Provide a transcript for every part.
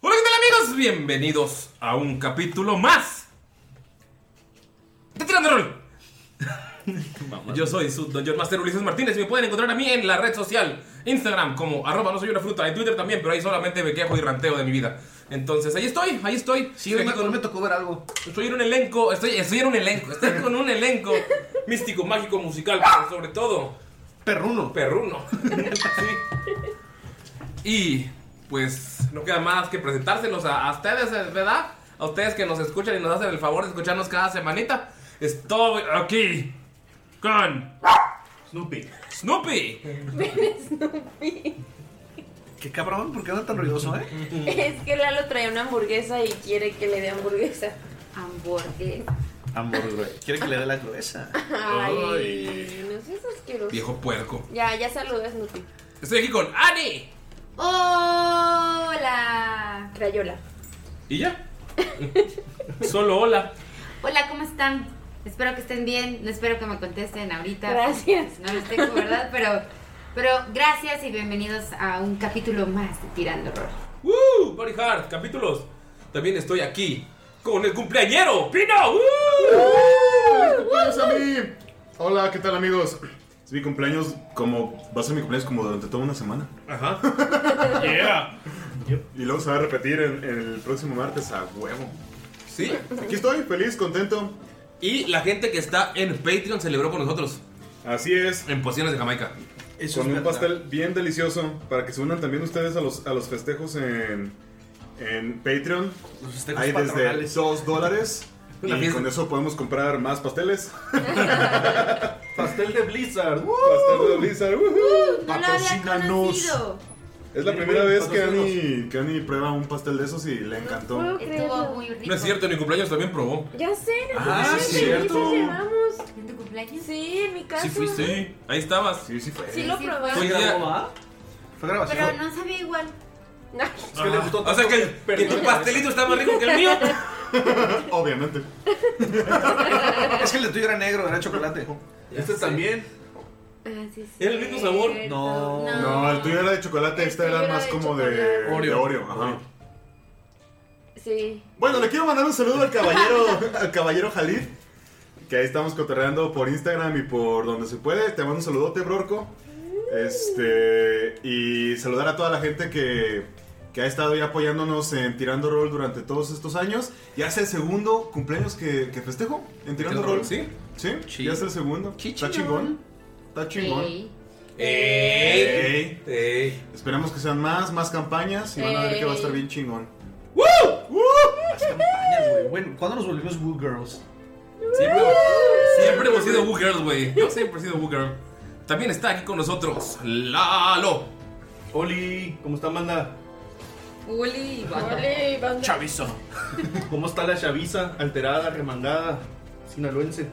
Hola, ¿qué tal amigos? Bienvenidos a un capítulo más de Tirando Rol. Yo soy su Dungeon Master Ulises Martínez y me pueden encontrar a mí en la red social Instagram como arroba no soy una fruta, en Twitter también, pero ahí solamente me quejo y ranteo de mi vida. Entonces, ahí estoy, ahí estoy. Sí, hoy me- hoy me tocó ver algo. Estoy en un elenco, estoy, estoy en un elenco, estoy con un elenco místico, mágico, musical, pero sobre todo Perruno. perruno. Sí. Y pues no queda más que presentárselos a, a ustedes, eh, ¿verdad? A ustedes que nos escuchan y nos hacen el favor de escucharnos cada semanita. Estoy aquí con Snoopy. Snoopy. Qué cabrón, ¿por qué anda tan ruidoso, eh? Es que Lalo trae una hamburguesa y quiere que le dé hamburguesa. Hamburguesa. Amor, güey. Quiere que le dé la gruesa. Ay, no seas asqueroso. Viejo puerco. Ya, ya saludas, Snoopy. Estoy aquí con Annie. Hola. Crayola. Y ya. Solo hola. Hola, ¿cómo están? Espero que estén bien. No espero que me contesten ahorita. Gracias. No los tengo, ¿verdad? Pero, pero gracias y bienvenidos a un capítulo más de Tirando Rol. ¡Woo! Party Hard, capítulos. También estoy aquí con el cumpleañero, Pino. ¡Woo! ¡Cumpleaños a mí! Hola, ¿qué tal amigos? Es mi cumpleaños como. Va a ser mi cumpleaños como durante toda una semana. Ajá. Y lo vamos a repetir en, el próximo martes a huevo. Sí. Aquí estoy, feliz, contento. Y la gente que está en Patreon celebró con nosotros Así es. en Pociones de Jamaica. Eso Con es verdad. un pastel bien delicioso para que se unan también ustedes a los, a los festejos en, en Patreon. Los festejos Hay desde patronales. 2 dólares. Una Y fiesta. con eso podemos comprar más pasteles. Pastel de Blizzard. Pastel de Blizzard. ¡woohoo! No lo había Patrocínanos. conocido. Es la Sí, primera güey, vez que patrocínanos. Ani, que Ani prueba un pastel de esos y le encantó. Estuvo muy rico. No es cierto, en mi cumpleaños también probó. Ya sé, en el Ah, cumpleaños sí, de Elisa cierto. llevamos. ¿En tu cumpleaños? Sí, en mi casa. Sí, fuiste. Sí, ahí estabas. Sí, sí fue. Sí lo Sí, probé. fue. ¿Fue Oye, grabado, ah? Fue grabación. Pero no sabía igual. Ay, Es que le gustó O sea que, que tu pastelito está más rico que el mío. Obviamente. Es que el de tuyo era negro, era chocolate. Este también. ¿Era el mismo sabor? No. No, el tuyo era de chocolate, esta era más como de de Oreo. ajá. Sí. Bueno, le quiero mandar un saludo al caballero, al caballero Jalid, que ahí estamos cotorreando por Instagram y por donde se puede. Te mando un saludote, Brorco. Este, y saludar a toda la gente que, que ha estado ya apoyándonos en Tirando Roll durante todos estos años. Ya es el segundo cumpleaños que, que festejo en Tirando Roll, Roll. sí. Sí, Sí. ya es el segundo. Está chingón. Está chingón. ¡Ey! Ey. ¡Ey! Esperamos que sean más, más campañas y van a ver que va a estar bien chingón. Campañas, güey. Bueno, ¿cuándo nos volvimos Woo Girls? Siempre, siempre hemos sido Woo Girls, güey. Yo siempre he sido Woo Girl. También está aquí con nosotros Lalo. Oli, ¿cómo está Amanda? Uli, Uli, banda. Chavizo. ¿Cómo está la chaviza? Alterada, remangada, sinaloense.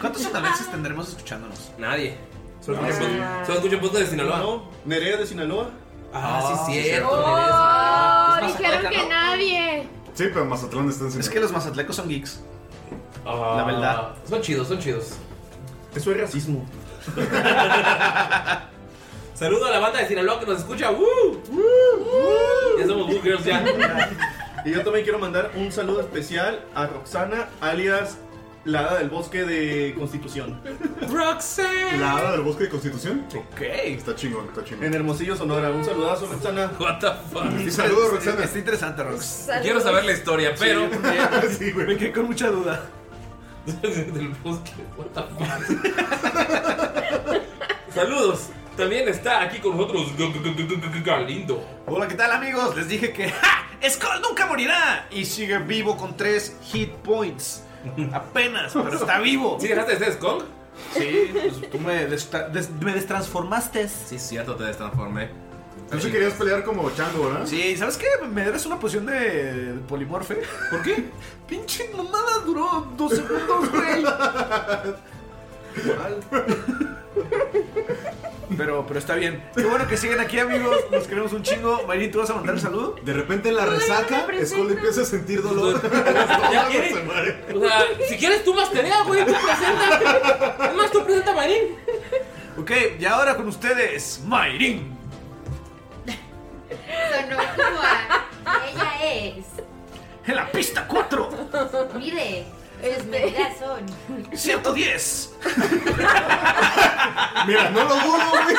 ¿Cuántos andalenses tendremos escuchándonos? Nadie. Solo Solo escuchan- solo escuchan podcast de Sinaloa. No, Nerea de Sinaloa. Ah, sí, cierto. Oh, Es más dijeron acá, que ¿no? nadie. Sí, pero Mazatlán está en Es Sinaloa. que los mazatlecos son geeks. Ah, La verdad. Son chidos, son chidos. Eso es racismo. Saludo a la banda de Sinaloa que nos escucha. ¡Woo! Ya somos Woo Girls ya. Y yo también quiero mandar un saludo especial a Roxana, alias la hada del bosque de Constitución, Roxanne. La hada del bosque de Constitución. Ok. Está chingón, está chingón. en Hermosillo, Sonora. Un saludazo, Roxana. What the fuck. Y saludos, Roxana. Está interesante, Rox. Quiero saber la historia, pero. Sí, Me güey. quedé con mucha duda. Del bosque. What the fuck. Saludos. También está aquí con nosotros G- G- G- G- G- Galindo. Hola, ¿qué tal, amigos? Les dije que ¡Ja! Skull nunca morirá. Y sigue vivo con tres hit points. Apenas, pero está vivo. ¿Sí dejaste de ser Skunk? Sí, pues tú me, desta- des- me destransformaste. Sí, cierto, te destransformé. Tú sí querías pelear como chango, ¿verdad? Sí, ¿sabes qué? Me debes una poción de polimorfe. ¿Por qué? Pinche mamada duró dos segundos, güey. Pero, pero está bien. Qué bueno que siguen aquí, amigos. Nos queremos un chingo. Mayrin, ¿tú vas a mandar un saludo? De repente en la resaca, Skull empieza a sentir dolor. ¿Ya quieres? Se muere. O sea, si quieres tú más tarea, güey, tú presenta. Es más, tú presenta a Marín. Ok, y ahora con ustedes, Mayrin. Sonó como a- Ella es. En la pista 4, Mire, sus medidas son. 110. Mira, no lo dudo, güey.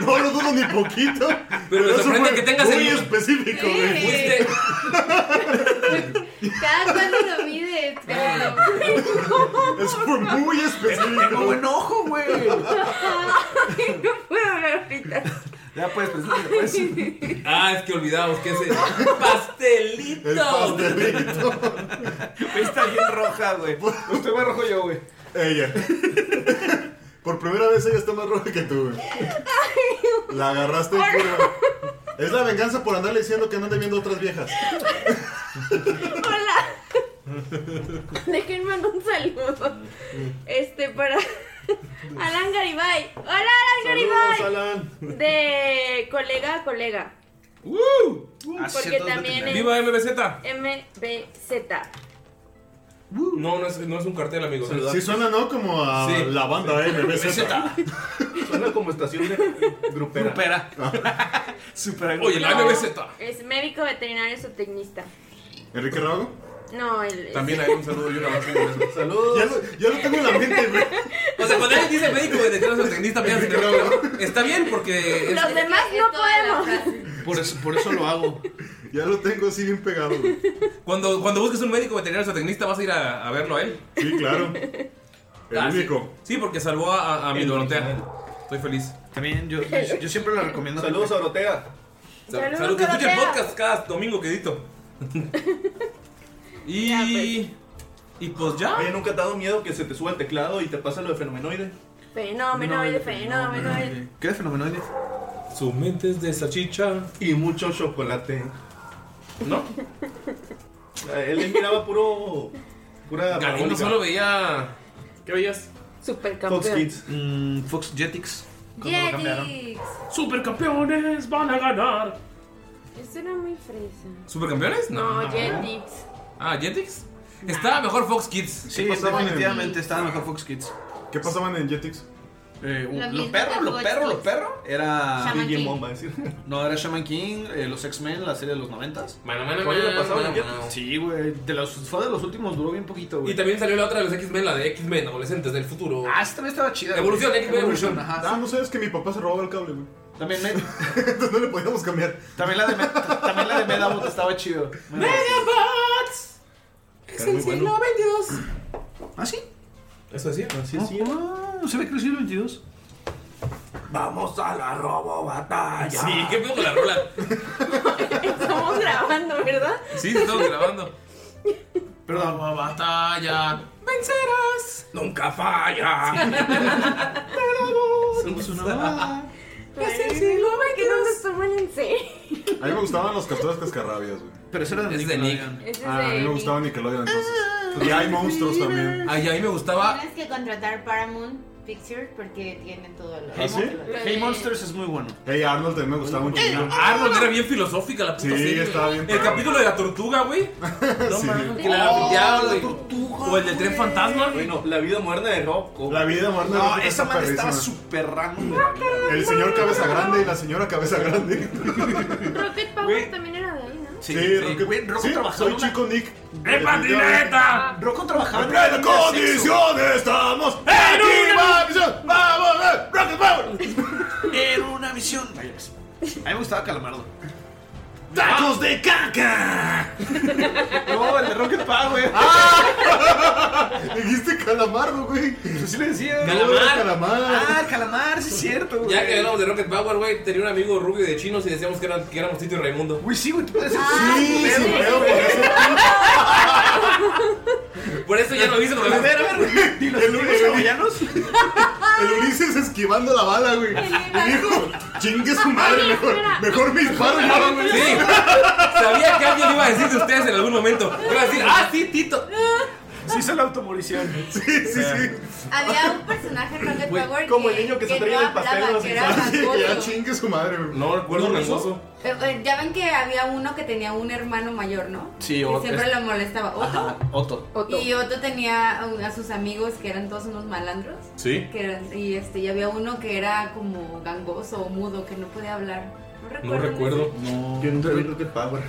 No lo dudo ni poquito. me eso sorprende fue que tengas muy el- específico, güey. Fuiste, Cada cuando lo mides, pero. Eso fue muy Tengo específico. buen ojo, güey. No puedo hablar ahorita. Ya puedes, preséntate, pues. Ah, es que olvidamos que ese Este, pastelito. El pastelito. Está bien roja, güey. Usted me rojo yo, güey. Ella. Por primera vez ella está más roja que tú, güey. La agarraste en curva. Es la venganza por andarle diciendo que no ande viendo otras viejas. Hola. Déjenme mandar un saludo. Mm. Este para Alan Garibay. Hola, Alan Saludos, Garibay. Alan. De colega a colega. ¡Uh! ¡Woo! Ah, sí, Porque cierto, es también es ¡Viva MBZ! MBZ. No, no es, no es un cartel, amigo. Sí suena, ¿no? Como a Sí. la banda MBZ. Suena como estación de grupera. Supera. Supera. Oye, la No, MBZ. Es médico veterinario zootecnista. Enrique Rago. No, el. También hay un saludo y una más. Saludos. Ya lo, ya lo tengo en la mente, güey. O sea, cuando alguien dice médico veterinario zootecnista, piensa que no. Está bien porque es Los demás no podemos. Por eso, por eso lo hago. Ya lo tengo así bien pegado. güey. cuando, cuando busques un médico veterinario zootecnista vas a ir a, a verlo a él. Sí, claro. El Ah, sí. único. Sí, porque salvó a, a, a mi Dorotea. Estoy feliz. También yo, yo, yo siempre la recomiendo. Saludos a Dorotea. Sal- Saludos, salud, que escuche el Dorotea. podcast cada domingo que edito. y. Ya, pues. Y pues ya. Oye, ¿nunca te ha dado miedo que se te suba el teclado y te pasa lo de fenomenoide? Fenómeno, No, oye, el fenómeno. oye. ¿Qué de fenomenoide? Su mente es de salchicha. Y mucho chocolate. ¿No? Eh, Él miraba puro... Pura Galindo parabólica. solo veía. ¿Qué veías? Fox Supercampeón. Kids. Mm, Fox Jetix. ¿Cómo lo cambiaron? Jetix. Supercampeones van a ganar. Eso era muy fresa. ¿Supercampeones? No. No, Jetix. Ah, Jetix. Estaba mejor Fox Kids. Sí, definitivamente estaba mejor Fox Kids. ¿Qué pasaban en Jetix? los mismo perros, que los Fox perros, los Kids. perros. Era. Shaman King. va a decir. No, era Shaman King, eh, los X-Men, la serie de los noventas. Mano, mano, ¿Cuál mano, la pasaba en mano, Jetix? mano. Sí, güey. De los, fue de los últimos, duró bien poquito, güey. Y también salió la otra de los X-Men, la de X-Men, adolescentes del futuro. Ah, esta también estaba chida. Evolución, güey. X-Men Evolución. Ah, Ajá. no sabes que mi papá se robaba el cable, güey. También, Ned- Entonces no le podíamos cambiar. también la de Med- también la de Medabot estaba chido. Megabots. Es muy el bueno. siglo XXII. ¿Ah, sí? Eso decía. Así es, sí. Ah, se ve que el siglo 22. Vamos a la robo batalla. Sí, qué pedo con la rola. Estamos grabando, ¿verdad? Sí, se estamos grabando. Perdón. La batalla. Vencerás. Nunca falla. Somos una banda. Es el siglo que no nos toman en serio. A mí me gustaban los castores cascarrabias, güey. Pero eso era Es de Nick. Ese Ah, a mí me es gustaba de Nickelodeon entonces. Y hay monstruos también. Ay, a mí me gustaba. Tienes que contratar Paramount Pictures porque tienen todo lo ¿Ah, sí? Hey Monsters es muy bueno. Hey Arnold también me gustaba un chingo. Arnold era bien filosófica la Sí, puta serie. estaba bien El perra. capítulo de la tortuga, güey. No Sí. mames, que la Oh, la güey. tortuga, O el del tren güey. fantasma. Bueno, la vida moderna de Robco. La vida moderna. No, de- esa madre estaba perrísima. súper random. El señor cabeza grande y la señora cabeza grande. Rocket Power Güey. también era de ahí, ¿no? Sí, sí. Roque- Güey, Rocco sí, trabajaba soy en una- chico Nick. ¡Es patineta! Rocco trabajaba En una plena tienda de sexo. condición estamos. ¡En una misión! ¡Vamos, eh! ¡Rocket Power! Era una visión. Ay, pues. A mí me gustaba Calamardo. ¡Tacos de caca! No, el de Rocket Power. Ah. Dijiste calamardo, güey. Pues sí le decía. Calamar. No, era Calamar. Ah, Calamar, sí es cierto, güey. Ya que hablamos de Rocket Power, güey, tenía un amigo rubio de chinos y decíamos que, eran- que éramos Tito y Raimundo. Uy, sí, güey, tú puedes decir. Sí, sin pedo, por eso. Por eso ya lo hice con A ver, la a ver. ¿Y los El- últimos el- hawaianos? Ah, El Ulises esquivando la bala, güey. Y dijo, chingue su madre, mejor, mejor me disparo yo, güey. Sí. Sabía que alguien iba a decir de ustedes en algún momento. Iba a decir, ah, sí, Tito. Sí, hizo la automorición. Sí, sí, sí. Había un personaje en Rocket Güey, Power como que, el niño que se que traía no el pastel hablaba, de los que era Sí, que ya gangoso. chingue su madre, güey. No recuerdo ¿No eso. Eh, eh, Ya ven que había uno que tenía un hermano mayor, ¿no? Sí, Que Otto. siempre lo molestaba. Otto. Ajá, Otto. Y Otto tenía a, a sus amigos que eran todos unos malandros. Sí. Que eran- y, este, y había uno que era como gangoso o mudo, que no podía hablar. No recuerdo. No recuerdo. Yo nunca vi Rocket Power.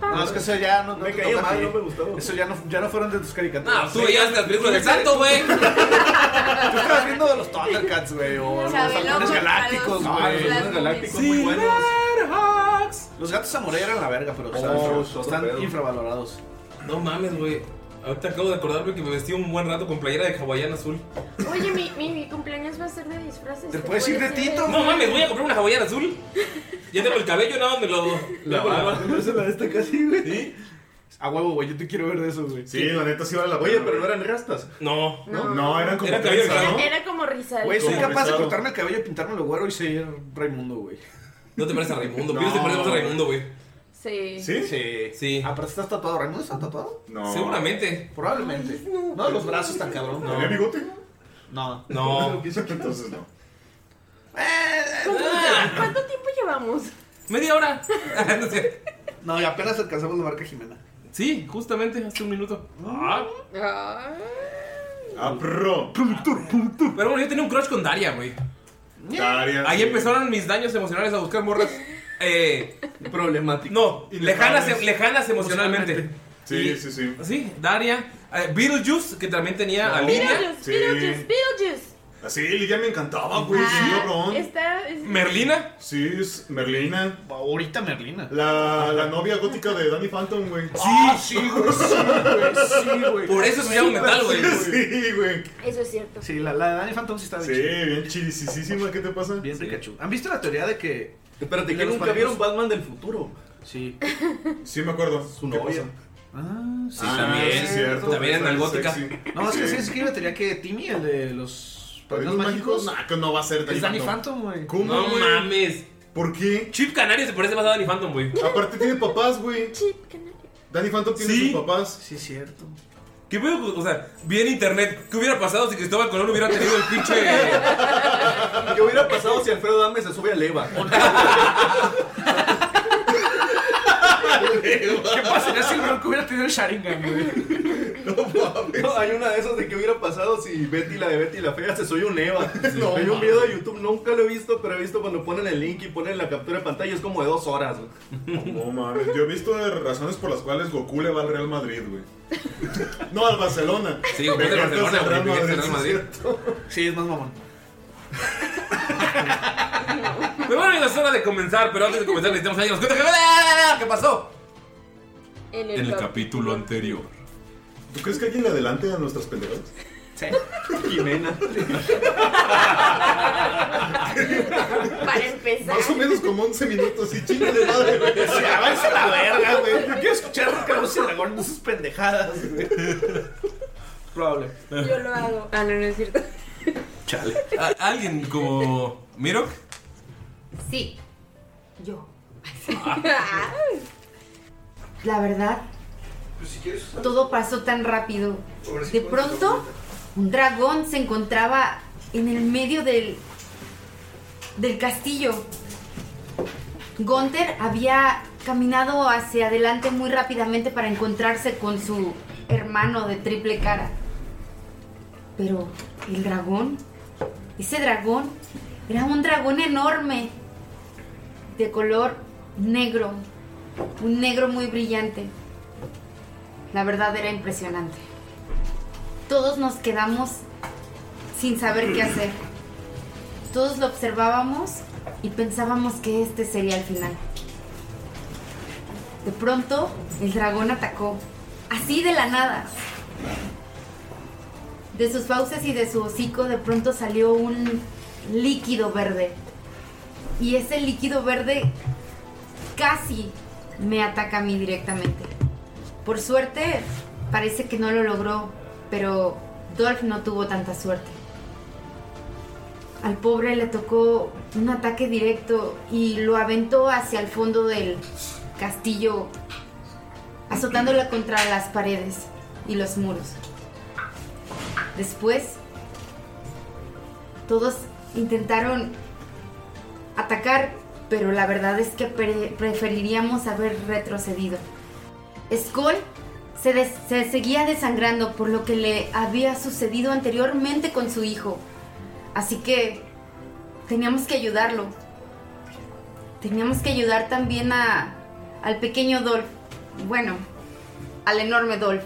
No, es que eso ya no, no Me te caía toca a mal, ti. no me gustaba. Eso ya no, ya no fueron de tus caricaturas. No, tú Sí. veías las películas del santo, güey. Tú estabas viendo de los Thundercats, güey, o los Chabelo halcones contra galácticos, los- Ah, los güey. Las Halcones galácticos momias. muy buenos. Los gatos samurai eran la verga, pero están, Oh, infra- otro están pedo. infravalorados. No mames, güey. Ahorita acabo de acordarme que me vestí un buen rato con playera de hawaiana azul. Oye, mi, mi, mi cumpleaños va a ser de disfraces. ¿Te puedes ir de Tito? No mames, voy a comprar una hawaiana azul. Ya tengo el cabello, nada más me lo. La barba. No se la de esta casi, güey. Sí. A huevo, güey, yo te quiero ver de esos, güey. Sí, la neta sí vale la pena. Oye, pero no eran rastas. No. ¿no? No, eran como Era cabello trenzas, largo. ¿no? Era como rizal. Güey, soy Como capaz de pesado. cortarme el cabello, pintármelo güero y ser Raimundo, güey. No te pareces a Raimundo. Pires te parece más a Raimundo, güey. Sí. ¿Sí? Sí. Sí. Aparte, estás tatuado. ¿Raimundo está tatuado? No. Seguramente. Probablemente. No, los brazos tan cabrón. ¿Tenía No. bigote? No. No. Entonces no. ¿Cuánto, Ah. cuánto tiempo llevamos? Media hora. No es cierto. No, y apenas alcanzamos la marca Jimena. Sí, justamente hace un minuto. Ah. Ah, Apro. Pero bueno, yo tenía un crush con Daria, güey. Daria. Ahí empezaron mis daños emocionales a buscar morras. Eh, Problemático. no, lejanas, lejanas. lejanas emocionalmente. Sí, sí, sí. Sí, Daria. Eh, Beetlejuice, que también tenía a No. Lidia. Beetlejuice, Sí. Beetlejuice, Beetlejuice. Ah, Así, Lidia me encantaba, güey. Sí, cabrón. Está. es- Merlina. Sí, es Merlina. Ahorita Merlina. La, la novia gótica de Danny Phantom, güey. Ah, sí, güey, sí, güey, sí, güey. Por eso se llama metal, güey. Sí, güey. Eso es cierto. Sí, la, la de Danny Phantom sí está Sí, bien chida. bien chidisísima. ¿Qué te pasa? Bien Pikachu. ¿Han visto la teoría de que... Espérate, ¿De que los nunca patos? vieron Batman del futuro. Sí. Sí, me acuerdo. Su ¿Qué novia. pasa? Ah, sí. Ah, también. sí, cierto. También está en la bien gótica. sexy. No, es que Sí. sí, es que yo teoría que Timmy, el de los ¿Padrinos mágicos? Nah, que no va a ser es Danny Phantom, güey. ¿Cómo, No güey? mames. ¿Por qué? Chip Canario se parece más a Danny Phantom, güey. Aparte tiene papás, güey. Chip, canario. Danny Phantom tiene Sí. sus papás. Sí, es cierto. ¿Qué pedo? O sea, vi en internet. ¿Qué hubiera pasado si Cristóbal Colón hubiera tenido el pinche. ¿Qué hubiera pasado si Alfredo Dame se sube a Leva? ¿Qué pasaría si el bronco hubiera tenido el Sharingan, güey? No, hay una de esas de que hubiera pasado si Betty la de Betty la fea se soy un Eva. No, hay un video de YouTube, nunca lo he visto, pero he visto cuando ponen el link y ponen la captura de pantalla, es como de dos horas. güey. No mames, yo he visto de razones por las cuales Goku le va al Real Madrid, güey. No, al Barcelona. Sí, Goku es del Vegeta Barcelona, es del güey, Vegeta es del sí, Madrid. es cierto. Sí, es más mamón. Pero bueno, amigos, es hora de comenzar, pero antes de comenzar necesitamos a alguien que nos cuente qué- qué pasó. En En el capítulo anterior. ¿Tú crees que alguien le adelante a nuestras pendejadas? Sí. Jimena. Para empezar. Más o menos como 11 minutos y chinga de madre, güey. Sí, avanza la verga, güey. Yo quiero escuchar Rocaros y Dragón de sus pendejadas, güey. Probable. Yo lo hago. Ah, no, no es cierto. Chale. A- ¿Alguien como Mirok? Sí, yo. La verdad, Pues si quieres. todo pasó tan rápido. De pronto, un dragón se encontraba en el medio del, del castillo. Gunther había caminado hacia adelante muy rápidamente para encontrarse con su hermano de triple cara. Pero el dragón, ese dragón, era un dragón enorme, de color negro, un negro muy brillante. La verdad era impresionante. Todos nos quedamos sin saber qué hacer. Todos lo observábamos y pensábamos que este sería el final. De pronto, el dragón atacó, así de la nada. De sus fauces y de su hocico de pronto salió un líquido verde. Y ese líquido verde casi me ataca a mí directamente. Por suerte, parece que no lo logró, pero Dolph no tuvo tanta suerte. Al pobre le tocó un ataque directo y lo aventó hacia el fondo del castillo, azotándola contra las paredes y los muros. Después, todos intentaron atacar, pero la verdad es que pre- preferiríamos haber retrocedido. Skull se, des- se seguía desangrando por lo que le había sucedido anteriormente con su hijo. Así que teníamos que ayudarlo. Teníamos que ayudar también a, al pequeño Dolph. Bueno, al enorme Dolph.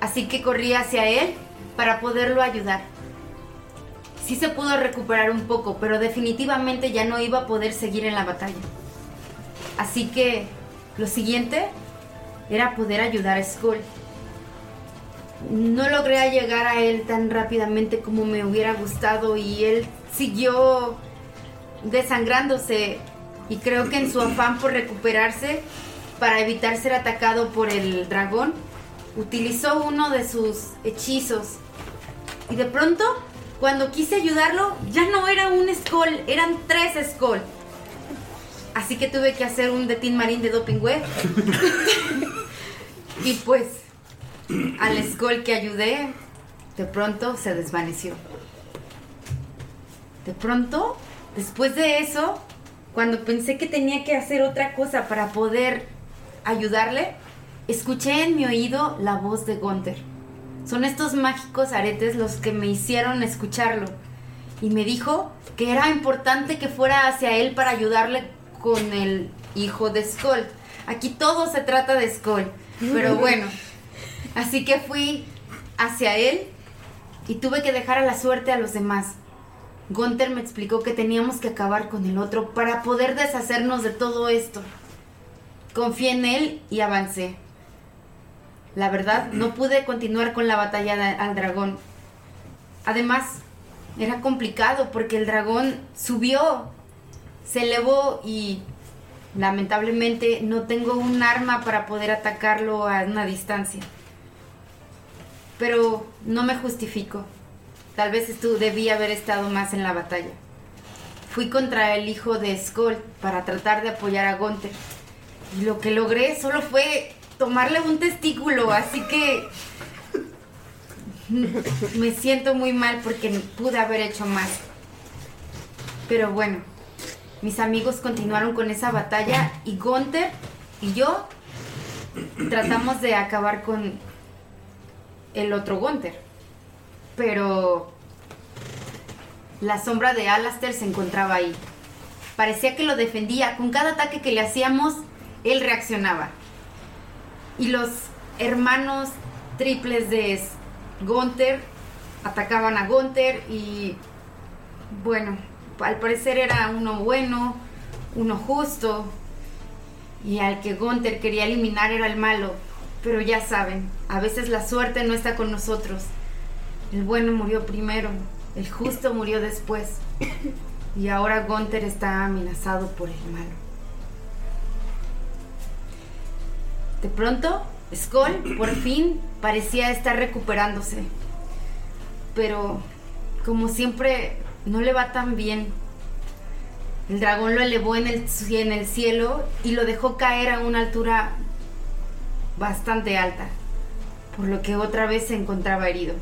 Así que corrí hacia él para poderlo ayudar. Sí se pudo recuperar un poco, pero definitivamente ya no iba a poder seguir en la batalla. Así que lo siguiente era poder ayudar a Skull. No logré llegar a él tan rápidamente como me hubiera gustado y él siguió desangrándose y creo que en su afán por recuperarse para evitar ser atacado por el dragón utilizó uno de sus hechizos y de pronto cuando quise ayudarlo ya no era un Skull, eran tres Skull. Así que tuve que hacer un detín marín de doping web. y pues, al Skull que ayudé, de pronto se desvaneció. De pronto, después de eso, cuando pensé que tenía que hacer otra cosa para poder ayudarle, escuché en mi oído la voz de Gunther. Son estos mágicos aretes los que me hicieron escucharlo. Y me dijo que era importante que fuera hacia él para ayudarle con el hijo de Skull. Aquí todo se trata de Skull. Pero bueno. Así que fui hacia él y tuve que dejar a la suerte a los demás. Gunther me explicó que teníamos que acabar con el otro para poder deshacernos de todo esto. Confié en él y avancé. La verdad, no pude continuar con la batalla da- al dragón. Además, era complicado porque el dragón subió, se elevó y lamentablemente no tengo un arma para poder atacarlo a una distancia. Pero no me justifico. Tal vez estu- debí haber estado más en la batalla. Fui contra el hijo de Skull para tratar de apoyar a Gunther. Y lo que logré solo fue tomarle un testículo, así que me siento muy mal porque pude haber hecho más. Pero bueno, mis amigos continuaron con esa batalla y Gunther y yo tratamos de acabar con el otro Gunther. Pero la sombra de Alastair se encontraba ahí. Parecía que lo defendía. Con cada ataque que le hacíamos, él reaccionaba. Y los hermanos triples de Gunther atacaban a Gunther y bueno, al parecer era uno bueno, uno justo, y al que Gunther quería eliminar era el malo. Pero ya saben, a veces la suerte no está con nosotros. El bueno murió primero, el justo murió después. Y ahora Gunther está amenazado por el malo. De pronto, Skoll por fin parecía estar recuperándose. Pero, como siempre, no le va tan bien. El dragón lo elevó en el, en el cielo y lo dejó caer a una altura bastante alta, por lo que otra vez se encontraba herido.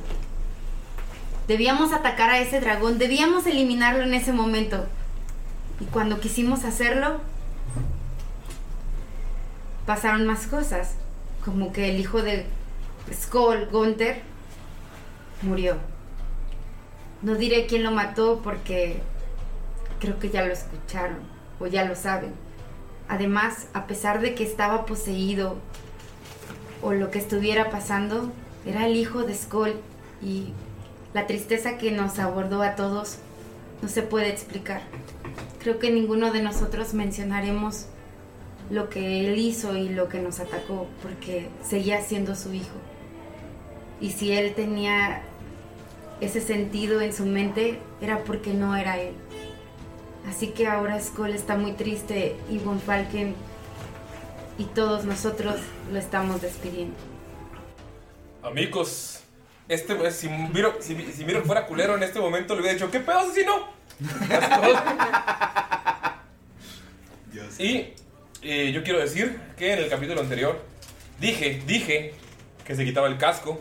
Debíamos atacar a ese dragón, debíamos eliminarlo en ese momento. Y cuando quisimos hacerlo, pasaron más cosas, como que el hijo de Skoll, Gunther, murió. No diré quién lo mató porque creo que ya lo escucharon o ya lo saben. Además, a pesar de que estaba poseído o lo que estuviera pasando, era el hijo de Skoll y la tristeza que nos abordó a todos no se puede explicar. Creo que ninguno de nosotros mencionaremos lo que él hizo y lo que nos atacó porque seguía siendo su hijo. Y si él tenía ese sentido en su mente, era porque no era él. Así que ahora Skoll está muy triste y Von Falken y todos nosotros lo estamos despidiendo. Amigos, este güey, si Miro, si, si Miro fuera culero en este momento, le hubiera dicho, ¿qué pedo, asesino? y eh, yo quiero decir que en el capítulo anterior dije, dije que se quitaba el casco.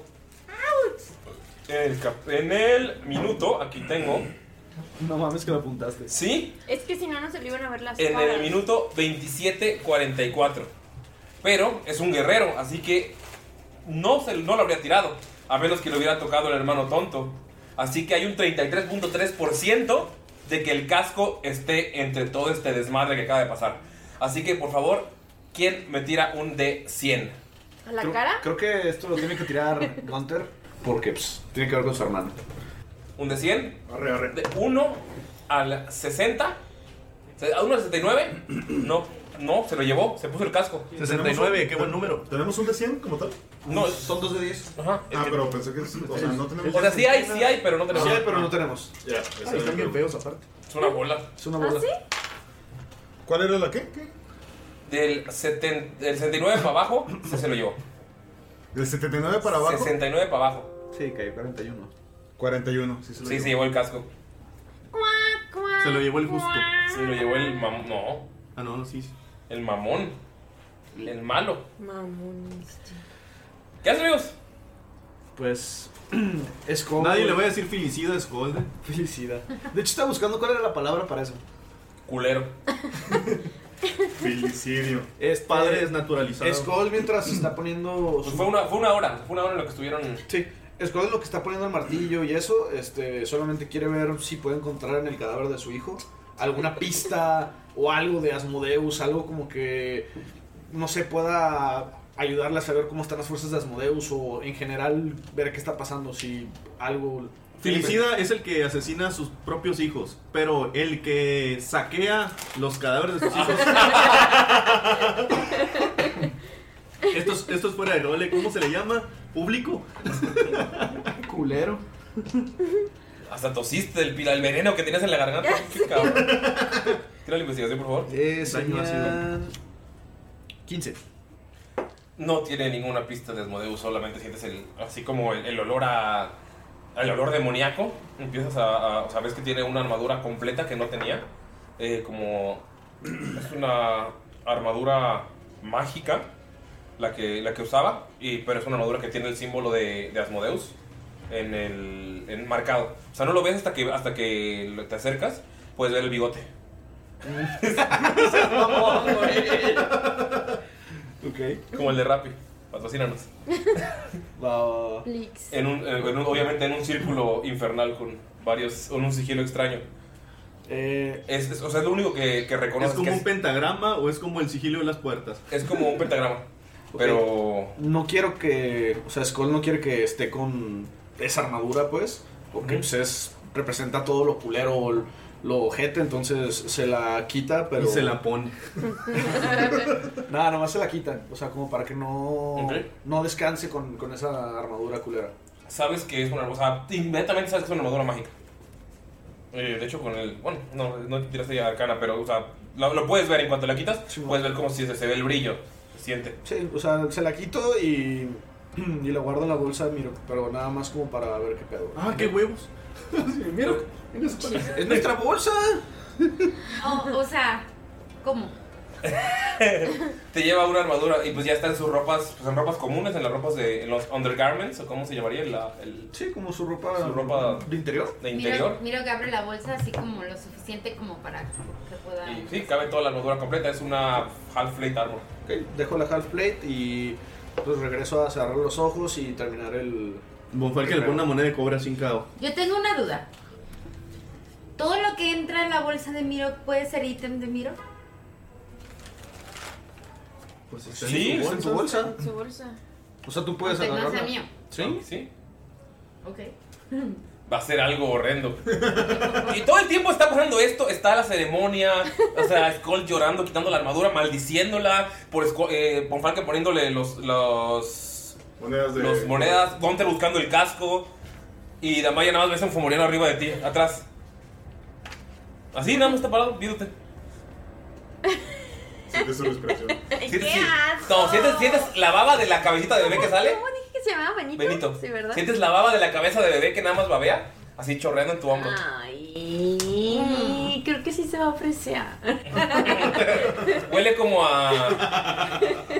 En el, cap- en el minuto, aquí tengo, No mames que lo apuntaste. sí, Es que si no, no se le iban a ver las en caras. el minuto 27.44. Pero es un guerrero, así que no, se, no lo habría tirado, a menos que lo hubiera tocado el hermano tonto. Así que hay un 33.3% de que el casco esté entre todo este desmadre que acaba de pasar. Así que por favor, ¿quién me tira un de 100? ¿A la cara? Creo que esto lo tiene que tirar Gunter. Porque pues, tiene que ver con su hermano. ¿Un de 100? De 1 al 60. se- A 1 al 69. No, no, se lo llevó, se puso el casco. 69, qué buen número. ¿Tenemos un de 100 como tal? No, son dos de 10. Ajá. Ah, pero pensé que. O sea, no tenemos. Ah, O sea, sí hay, sí hay, pero no tenemos. Sí hay, pero no tenemos. Ya, Ay, están bien feos aparte. Es una bola. Es una bola. ¿Cuál era la qué? ¿Qué? Del, 70 del 69 para abajo, se, se lo llevó. ¿Del 79 para abajo? 69 para abajo. Sí, cayó 41. 41, sí se lo Sí, llevó. se llevó el casco. Ah, Se lo llevó el gusto. Se lo llevó el mamón. No, Ah, no, no, sí. sí. el mamón. El malo. Mamones. ¿Qué hacen, amigos? Pues. Es como. Nadie le va a decir felicida a Scold. Felicidad. De hecho, estaba buscando cuál era la palabra para eso. Culero. Filicidio. Es Eh, Padre desnaturalizado. Skull mientras se está poniendo. Pues su- fue una, fue una hora. Fue una hora en lo que estuvieron. Sí, Skull es lo que está poniendo el martillo y eso. Este, solamente quiere ver si puede encontrar en el cadáver de su hijo alguna pista o algo de Asmodeus, algo como que no se pueda ayudarle a saber cómo están las fuerzas de Asmodeus o en general ver qué está pasando, si algo. Felicida es el que asesina a sus propios hijos, pero el que saquea los cadáveres de sus hijos. esto, es, esto es fuera de role, ¿cómo se le llama? Público. Culero. Hasta tosiste del pila, el veneno que tenías en la garganta. Qué cabrón. Tira la investigación, por favor. Daño ácido. 15. No tiene ninguna pista de Asmodeus, solamente sientes el, así como el, el olor a. el olor demoníaco. Empiezas a, a- O sea, ves que tiene una armadura completa que no tenía. Eh, como. Es una armadura mágica la que, la que usaba, y, pero es una armadura que tiene el símbolo de, de Asmodeus en el en marcado. O sea, no lo ves hasta que, hasta que lo- te acercas, puedes ver el bigote. Ok. Como el de Rappi. Patrocínanos. Plix. En un, eh, en un- obviamente en un círculo infernal con varios. con un sigilo extraño. es, es- o sea, es lo único que, que Eh, ¿Es reconoces. como que un pentagrama o es como el sigilo de las puertas? Es como un pentagrama. Pero. No quiero que. O sea, Skull no quiere que esté con esa armadura, pues. Porque pues, es, representa todo lo culero, lo- lo ojete. Entonces se la quita, pero. Y se la pone. Nada, nomás se la quita. O sea, como para que no. Ok. No descanse con, con esa armadura culera. sabes que es una armadura. O sea, inmediatamente sabes que es una armadura mágica. Eh, de hecho, con el. Bueno, no, no te tiraste ya arcana, pero, o sea, lo, lo puedes ver en cuanto la quitas. puedes ver como si se, se ve el brillo. Se siente. Sí, o sea, se la quito y. Y la guardo en la bolsa de Miro. Pero nada más como para ver qué pedo. Ah, qué huevos. Mira, mira su pareja. ¡Es nuestra bolsa! O, o sea, ¿cómo? Te lleva una armadura y pues ya está en sus ropas. Pues en ropas comunes, en las ropas de. En los undergarments, o cómo se llamaría. La, el, sí, como su ropa. Su ropa. ¿De interior? De interior. Miro, miro que abre la bolsa así como lo suficiente como para que pueda... Y sí, cabe toda la armadura completa. Es una half plate armor. Ok, dejo la half plate y pues regreso a cerrar los ojos y terminar el. Bonfal que le pone una moneda de cobre a 5 Yo tengo una duda. ¿Todo lo que entra en la bolsa de Miro puede ser ítem de Miro? Pues está Sí, en, su está en su bolsa. Su bolsa. O sea, tú puedes Pues no es agarrarla. el mío. ¿Sí? Sí. Ok. va a ser algo horrendo. y todo el tiempo está pasando esto, está la ceremonia, o sea, Skull llorando, quitando la armadura, maldiciéndola, por Skull- eh, Von Falken poniéndole los, los Monedas de- los monedas, Gunther buscando el casco y Damaya nada más ves a un fumoriano arriba de ti, atrás. Así nada más está parado, viéndote. Sientes su respiración. Sientes- sí. No, sientes, sientes la baba de la cabecita de bebé que sale, ¿Cómo dije que se llamaba Benito? Benito. Sí, ¿verdad? Sientes la baba de la cabeza de bebé que nada más babea, así chorreando en tu hombro. Ah. Mm. Ay, creo que sí se va a ofrecer. Huele como a.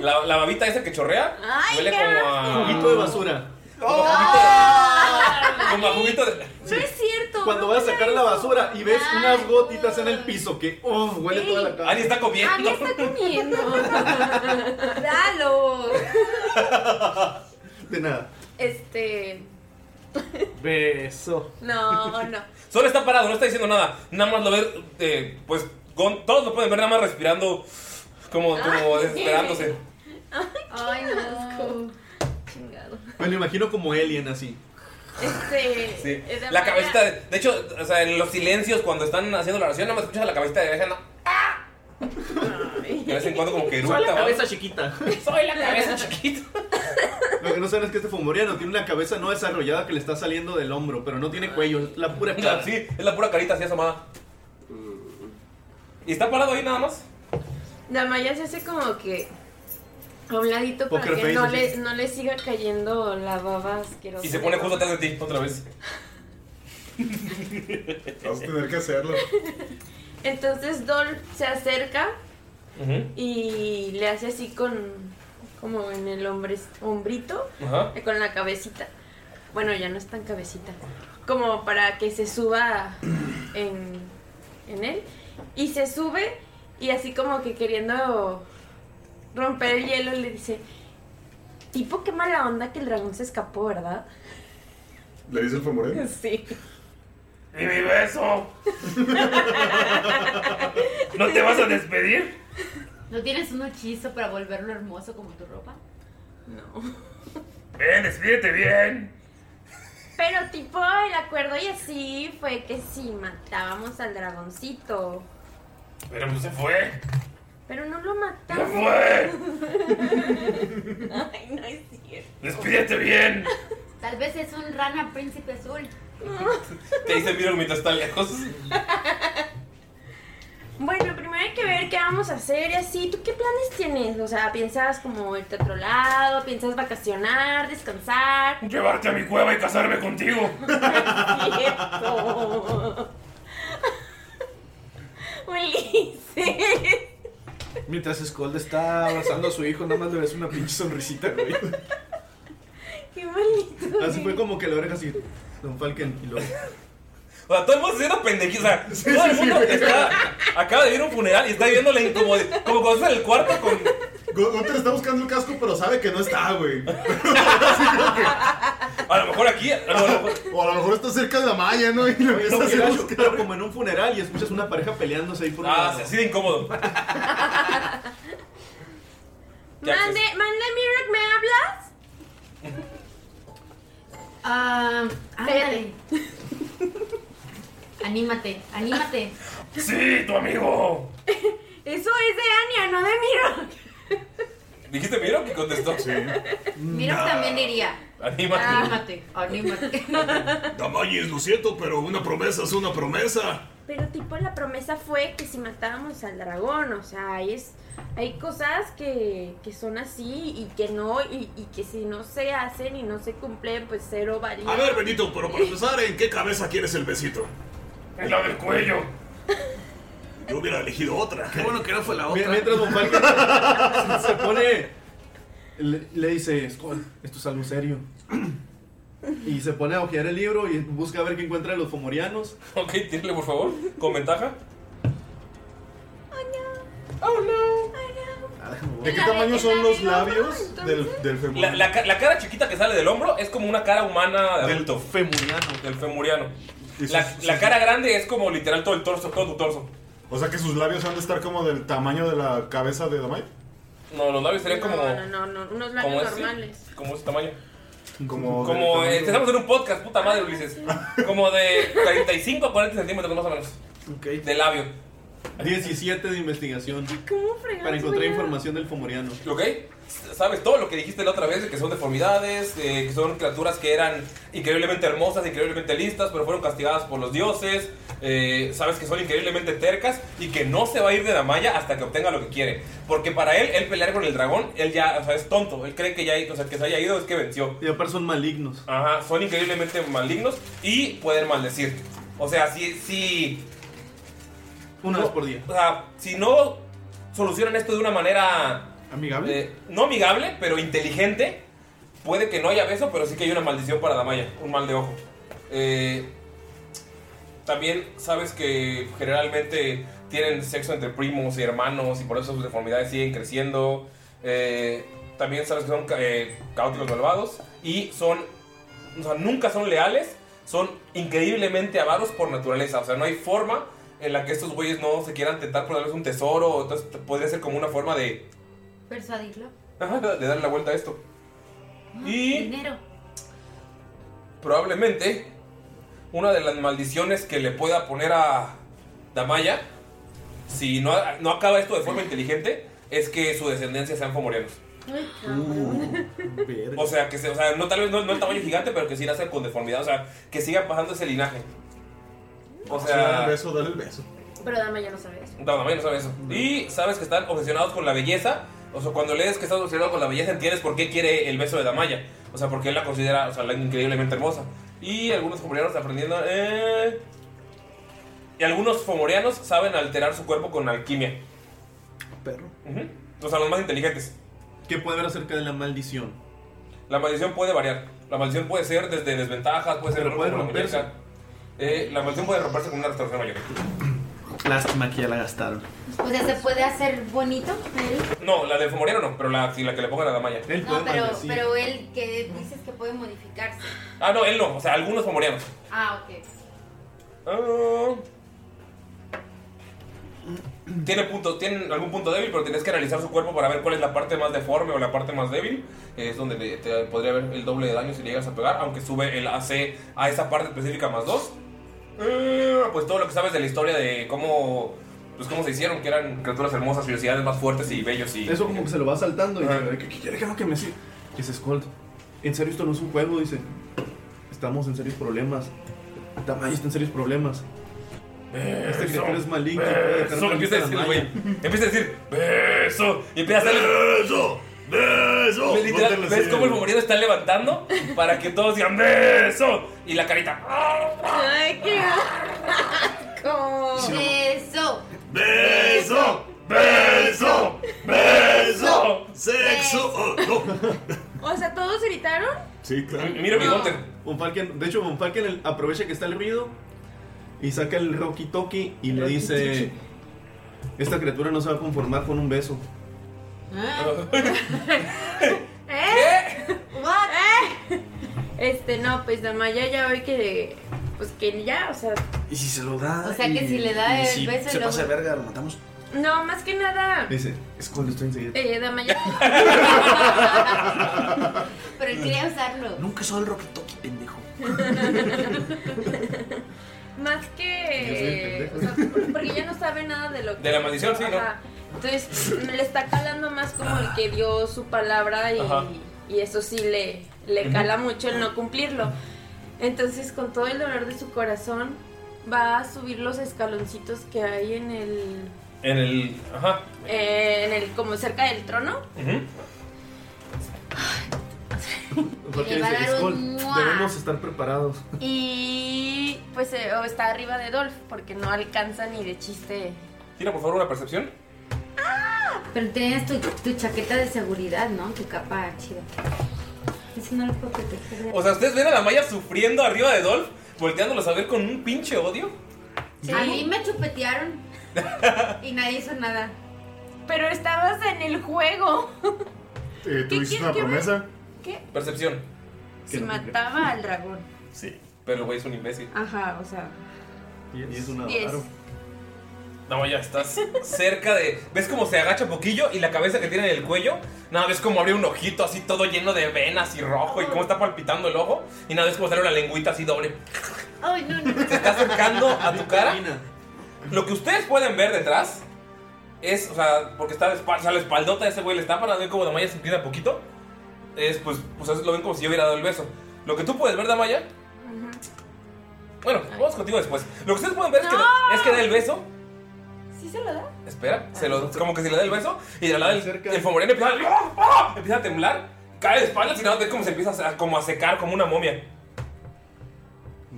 La, la babita esa que chorrea. Ay, huele qué como a. Juguito de basura. Como a juguito de. No es cierto. Cuando vas a sacar la basura y Ah. ves unas gotitas en el piso que, uff, huele toda la casa. Ari está comiendo. está comiendo. Dalo. De nada. Este. Beso. No, no. Solo está parado, no está diciendo nada. Nada más lo ve. eh, pues con- todos lo pueden ver nada más respirando. Como, como Ay. desesperándose. Ay, no. Chingado. Me lo imagino como alien así. Este. Sí. es de La Maya. cabecita de. De hecho, o sea, en los silencios cuando están haciendo la oración, nada más escuchas a la cabecita de abeja. ¿no? De vez en cuando como que Soy eructa. la ¿va? cabeza chiquita. Soy la cabeza chiquita. Lo que no saben es que este fomoriano tiene una cabeza no desarrollada que le está saliendo del hombro, pero no tiene cuello, es la pura cara. Sí, es la pura carita así asomada. Y está parado ahí nada más. La Maya se hace como que. A un ladito para Poker que face, no así. le, no le siga cayendo la baba asquerosa. Y se pone justo atrás de ti, otra vez. Vas a tener que hacerlo. Entonces Dol se acerca Mm-hmm. y le hace así con. como en el hombre, hombrito. eh, Ajá. Con la cabecita. Bueno, ya no es tan cabecita. Como para que se suba en, en él. Y se sube y así como que queriendo romper el hielo le dice, tipo qué mala onda que el dragón se escapó, ¿verdad? ¿Le dice el famorín? Sí. ¡Y mi beso! ¿No te vas a despedir? ¿No tienes un hechizo para volverlo hermoso como tu ropa? Ven, despídete bien. Pero tipo el acuerdo y así fue que sí, matábamos al dragoncito. Pero pues se fue. Pero no lo ¡Se matamos. fue! Ay, no es cierto. ¡Despídete bien! Tal vez es un rana príncipe azul. Ah, Te dice Miro mientras está lejos. Bueno, primero hay que ver qué vamos a hacer y así. ¿Tú qué planes tienes? O sea, ¿piensas como irte a otro lado? ¿Piensas vacacionar, descansar? Llevarte a mi cueva y casarme contigo. Cierto. Ulises. Mientras Skull está abrazando a su hijo, nada más le ves una pinche sonrisita, güey. Qué bonito. Así fue como que la oreja así, Don Falken y lo. O sea, todo el mundo está haciendo pendejiza. O sea, todo el mundo está, acaba de ir a un funeral y está viendo la incomodidad. Como cuando estás en el cuarto con, Gu- Gunther está buscando el casco, pero sabe que no está, güey. A lo mejor aquí. O a lo mejor está cerca de la malla, ¿no? Y lo Oye, empieza a no, hacer Piracho, pero como en un funeral y escuchas una pareja peleándose ahí por un Ah, lado. sí, así de incómodo. Mande, mande, Mirok, ¿me hablas? Ah, Cállate. ándale. anímate, anímate. ¡Sí, tu amigo! Eso es de Anya, no de Mirok. ¿Dijiste Miro que contestó? Sí. Miro también diría, Ah. Anímate. anímate, anímate. Damayis, lo siento, pero una promesa es una promesa. Pero tipo la promesa fue que si matábamos al dragón, o sea, ahí es, hay cosas que, que son así y que no, y, y que si no se hacen y no se cumplen, pues cero valía. A ver, Benito, pero para empezar, ¿en qué cabeza quieres el besito? En la del cuello. Yo hubiera elegido otra. Qué bueno que no fue la otra. Mientras Von Falken se- se pone. Le, le dice, Skull, esto es algo serio. Y se pone a ojear el libro y busca a ver qué encuentra de los fomorianos. Ok, tírale por favor, con ventaja. Oh no. Ah, ¿De qué tamaño son los labios del, del femur? La, la ca- la cara chiquita que sale del hombro es como una cara humana de adulto. femuriano. Del femuriano. La, la cara grande es como literal todo el torso, todo tu torso. O sea que sus labios han de estar como del tamaño de la cabeza de Damay. No, los labios serían como. No, no, no, no, unos labios como ese, normales. como ese tamaño. Como. Como del eh, tamaño- estamos en un podcast, puta madre, Ulises. Como de 35 a 40 centímetros más o menos. De labio. 17 de investigación. Para encontrar información del fomoriano. ¿Ok? Sabes todo lo que dijiste la otra vez, de que son deformidades, de que son criaturas que eran increíblemente hermosas, increíblemente listas, pero fueron castigadas por los dioses. eh, sabes que son increíblemente tercas y que no se va a ir de la malla hasta que obtenga lo que quiere. Porque para él, él pelear con el dragón, él ya, o sea, es tonto. Él cree que ya, o sea, que se haya ido es que venció. Y aparte son malignos. Ajá, son increíblemente malignos y pueden maldecir. O sea, si, si Una vez por día. o sea, si no solucionan esto de una manera. ¿Amigable? eh, no amigable, pero inteligente. Puede que no haya beso, pero sí que hay una maldición para Damaya. Un mal de ojo. Eh, también sabes que generalmente tienen sexo entre primos y hermanos y por eso sus deformidades siguen creciendo. Eh, también sabes que son ca- eh, caóticos malvados y son, o sea, nunca son leales, son increíblemente avaros por naturaleza. O sea, no hay forma en la que estos güeyes no se quieran tentar por darles un tesoro. Entonces t- podría ser como una forma de, Persuadirlo. de darle la vuelta a esto. Y Dinero. probablemente una de las maldiciones que le pueda poner a Damaya, si no, no acaba esto de forma inteligente, es que su descendencia sean fomorianos. Ay, cabrón. O sea, que se- o sea, no tal vez no, no el tamaño gigante, pero que sí nacen con deformidad, o sea, que siga pasando ese linaje. O Sí, dale sea, el beso, dale el beso. Pero dame ya no sabes. no, Damaya no sabe eso. Y sabes que están obsesionados con la belleza. O sea, cuando lees que están obsesionados con la belleza, entiendes por qué quiere el beso de Damaya. O sea, porque él la considera, o sea, la increíblemente hermosa. Y algunos fomorianos aprendiendo. eh, Y algunos fomorianos saben alterar su cuerpo con alquimia. Perro. Ujú. O sea, los más inteligentes. ¿Qué puede haber acerca de la maldición? La maldición puede variar. La maldición puede ser desde desventajas, puede ser Pero puede con la romperse. muñeca. Eh, la maldición puede romperse con una restauración mayor. Lástima que ya la gastaron. O sea, ¿se puede hacer bonito? él? No, la de Fomoriano no, pero la, si la que le pongan a Damaya. Él No, pero, pero él que dices que puede modificarse. Ah, no, él no. O sea, algunos Fomorianos. Ah, ok. Ah. Tiene punto, tienen algún punto débil, pero tienes que analizar su cuerpo para ver cuál es la parte más deforme o la parte más débil. Es donde le- te podría haber el doble de daño si le llegas a pegar, aunque sube el AC a esa parte específica más 2. pues todo lo que sabes de la historia de cómo, pues cómo se hicieron, que eran criaturas hermosas, curiosidades más fuertes y bellos y... Eso como que se lo va saltando y dice, ¿qué, qué quiere que haga que me siga? Dice Skull, en serio esto no es un juego, dice. Estamos en serios problemas. Tamay está en serios problemas. Este criatura es maligno. puede dejar Eso empieza a decir, maldita güey. Damaya. Empieza a decir, beso. Y empieza a hacer... ¡Beso! ¡Beso! Ve, literal, No te lo ¿Ves sé. cómo el favorito está levantando? Para que todos digan beso. Y la carita. Ay, qué asco. Eso. ¡Beso! ¡Beso! ¡Beso! ¡Sexo! Oh, no. O sea, todos gritaron. Sí, claro. Mira mi bigote. Von Falken- de hecho, Von Falken el- aprovecha que está el ruido y saca el Rocky Toki y le dice: Esta criatura no se va a conformar con un beso. ¿Eh? ¿Eh? Este, no, pues Damaya ya hoy que. Pues que ya, o sea. Y si se lo da. O sea, que y- si le da y el si beso, Se luego- pasa de verga, lo matamos. No, más que nada. Dice, Skull, estoy enseguida. Eh, Damaya. Pero él quería usarlo. Nunca soy el Rocketoki, pendejo. Más que. Yo soy el o sea, por- porque ya no sabe nada de lo que. De la maldición, sí, ¿no? Ajá. Entonces mm, le está calando más como el que dio su palabra y, Ajá. y eso sí le, le Ujú. cala mucho el no cumplirlo. Entonces, con todo el dolor de su corazón, va a subir los escaloncitos que hay en el. En el. Ajá. eh, en el como cerca del trono. Porque Le va a dice, dar un Skull, ¡mua! debemos estar preparados. Y pues eh, o está arriba de Dolph porque no alcanza ni de chiste. Tira por favor una percepción. Pero tenías tu, tu chaqueta de seguridad, ¿no? Tu capa chida. Eso no lo puedo proteger. de- O sea, ustedes ven a la Maya sufriendo arriba de Dolph, volteándolos a ver con un pinche odio. A mí me chupetearon y nadie hizo nada. Pero estabas en el juego. Eh, ¿Tú hiciste una promesa? ¿Qué? Percepción. Si mataba al dragón. Sí. Pero el güey es un imbécil. Ajá, o sea. Y es una Diez. No, ya estás cerca de. ¿Ves cómo se agacha un poquillo y la cabeza que tiene en el cuello? Nada, ves cómo abre un ojito así todo lleno de venas y rojo y cómo está palpitando el ojo. Y nada, ves cómo sale una lengüita así doble. Ay, Oh, no, no. Se está acercando a tu cara. Lo que ustedes pueden ver detrás es, o sea, porque está de espalda, o sea, la espaldota de ese güey le está para ver cómo Damaya se inclina poquito. Es pues, pues lo ven como si yo hubiera dado el beso. Lo que tú puedes ver, Damaya, bueno, vamos contigo después. Lo que ustedes pueden ver es, que, ¡No! es que da el beso. ¿Sí se lo da? Espera, se lo, como que se le da el beso y de la nada el, el Fomoriano empieza, ¡ah! ¡ah! empieza a temblar, cae de espaldas y nada, ves como se empieza a, se- como a secar como una momia.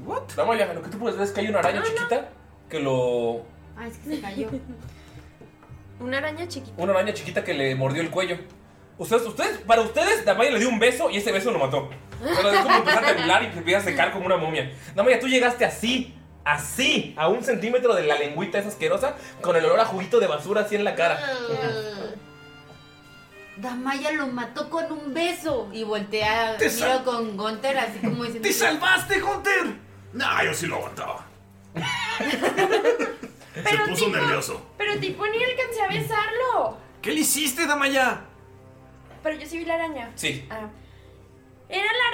¿What? Damaya, lo que tú puedes ver es que hay una araña chiquita que lo Ah, es que se cayó. Una araña chiquita. una araña chiquita que le mordió el cuello. Ustedes, ustedes, para ustedes, Damaya le dio un beso y ese beso lo mató. Pero es como empezar a temblar y se empieza a secar como una momia. Damaya, tú llegaste así, así, a un centímetro de la lengüita esa asquerosa, con el olor a juguito de basura así en la cara. Ah. Mm. Damaya lo mató con un beso y voltea, Te miro sal- con Gunter así como diciendo... ¡Te salvaste, Hunter! Nah, yo sí lo aguantaba. Se Pero puso tipo- nervioso. Pero tipo ni alcancé a besarlo. ¿Qué le hiciste, Damaya? Pero yo sí vi la araña. Sí. Ah. Era la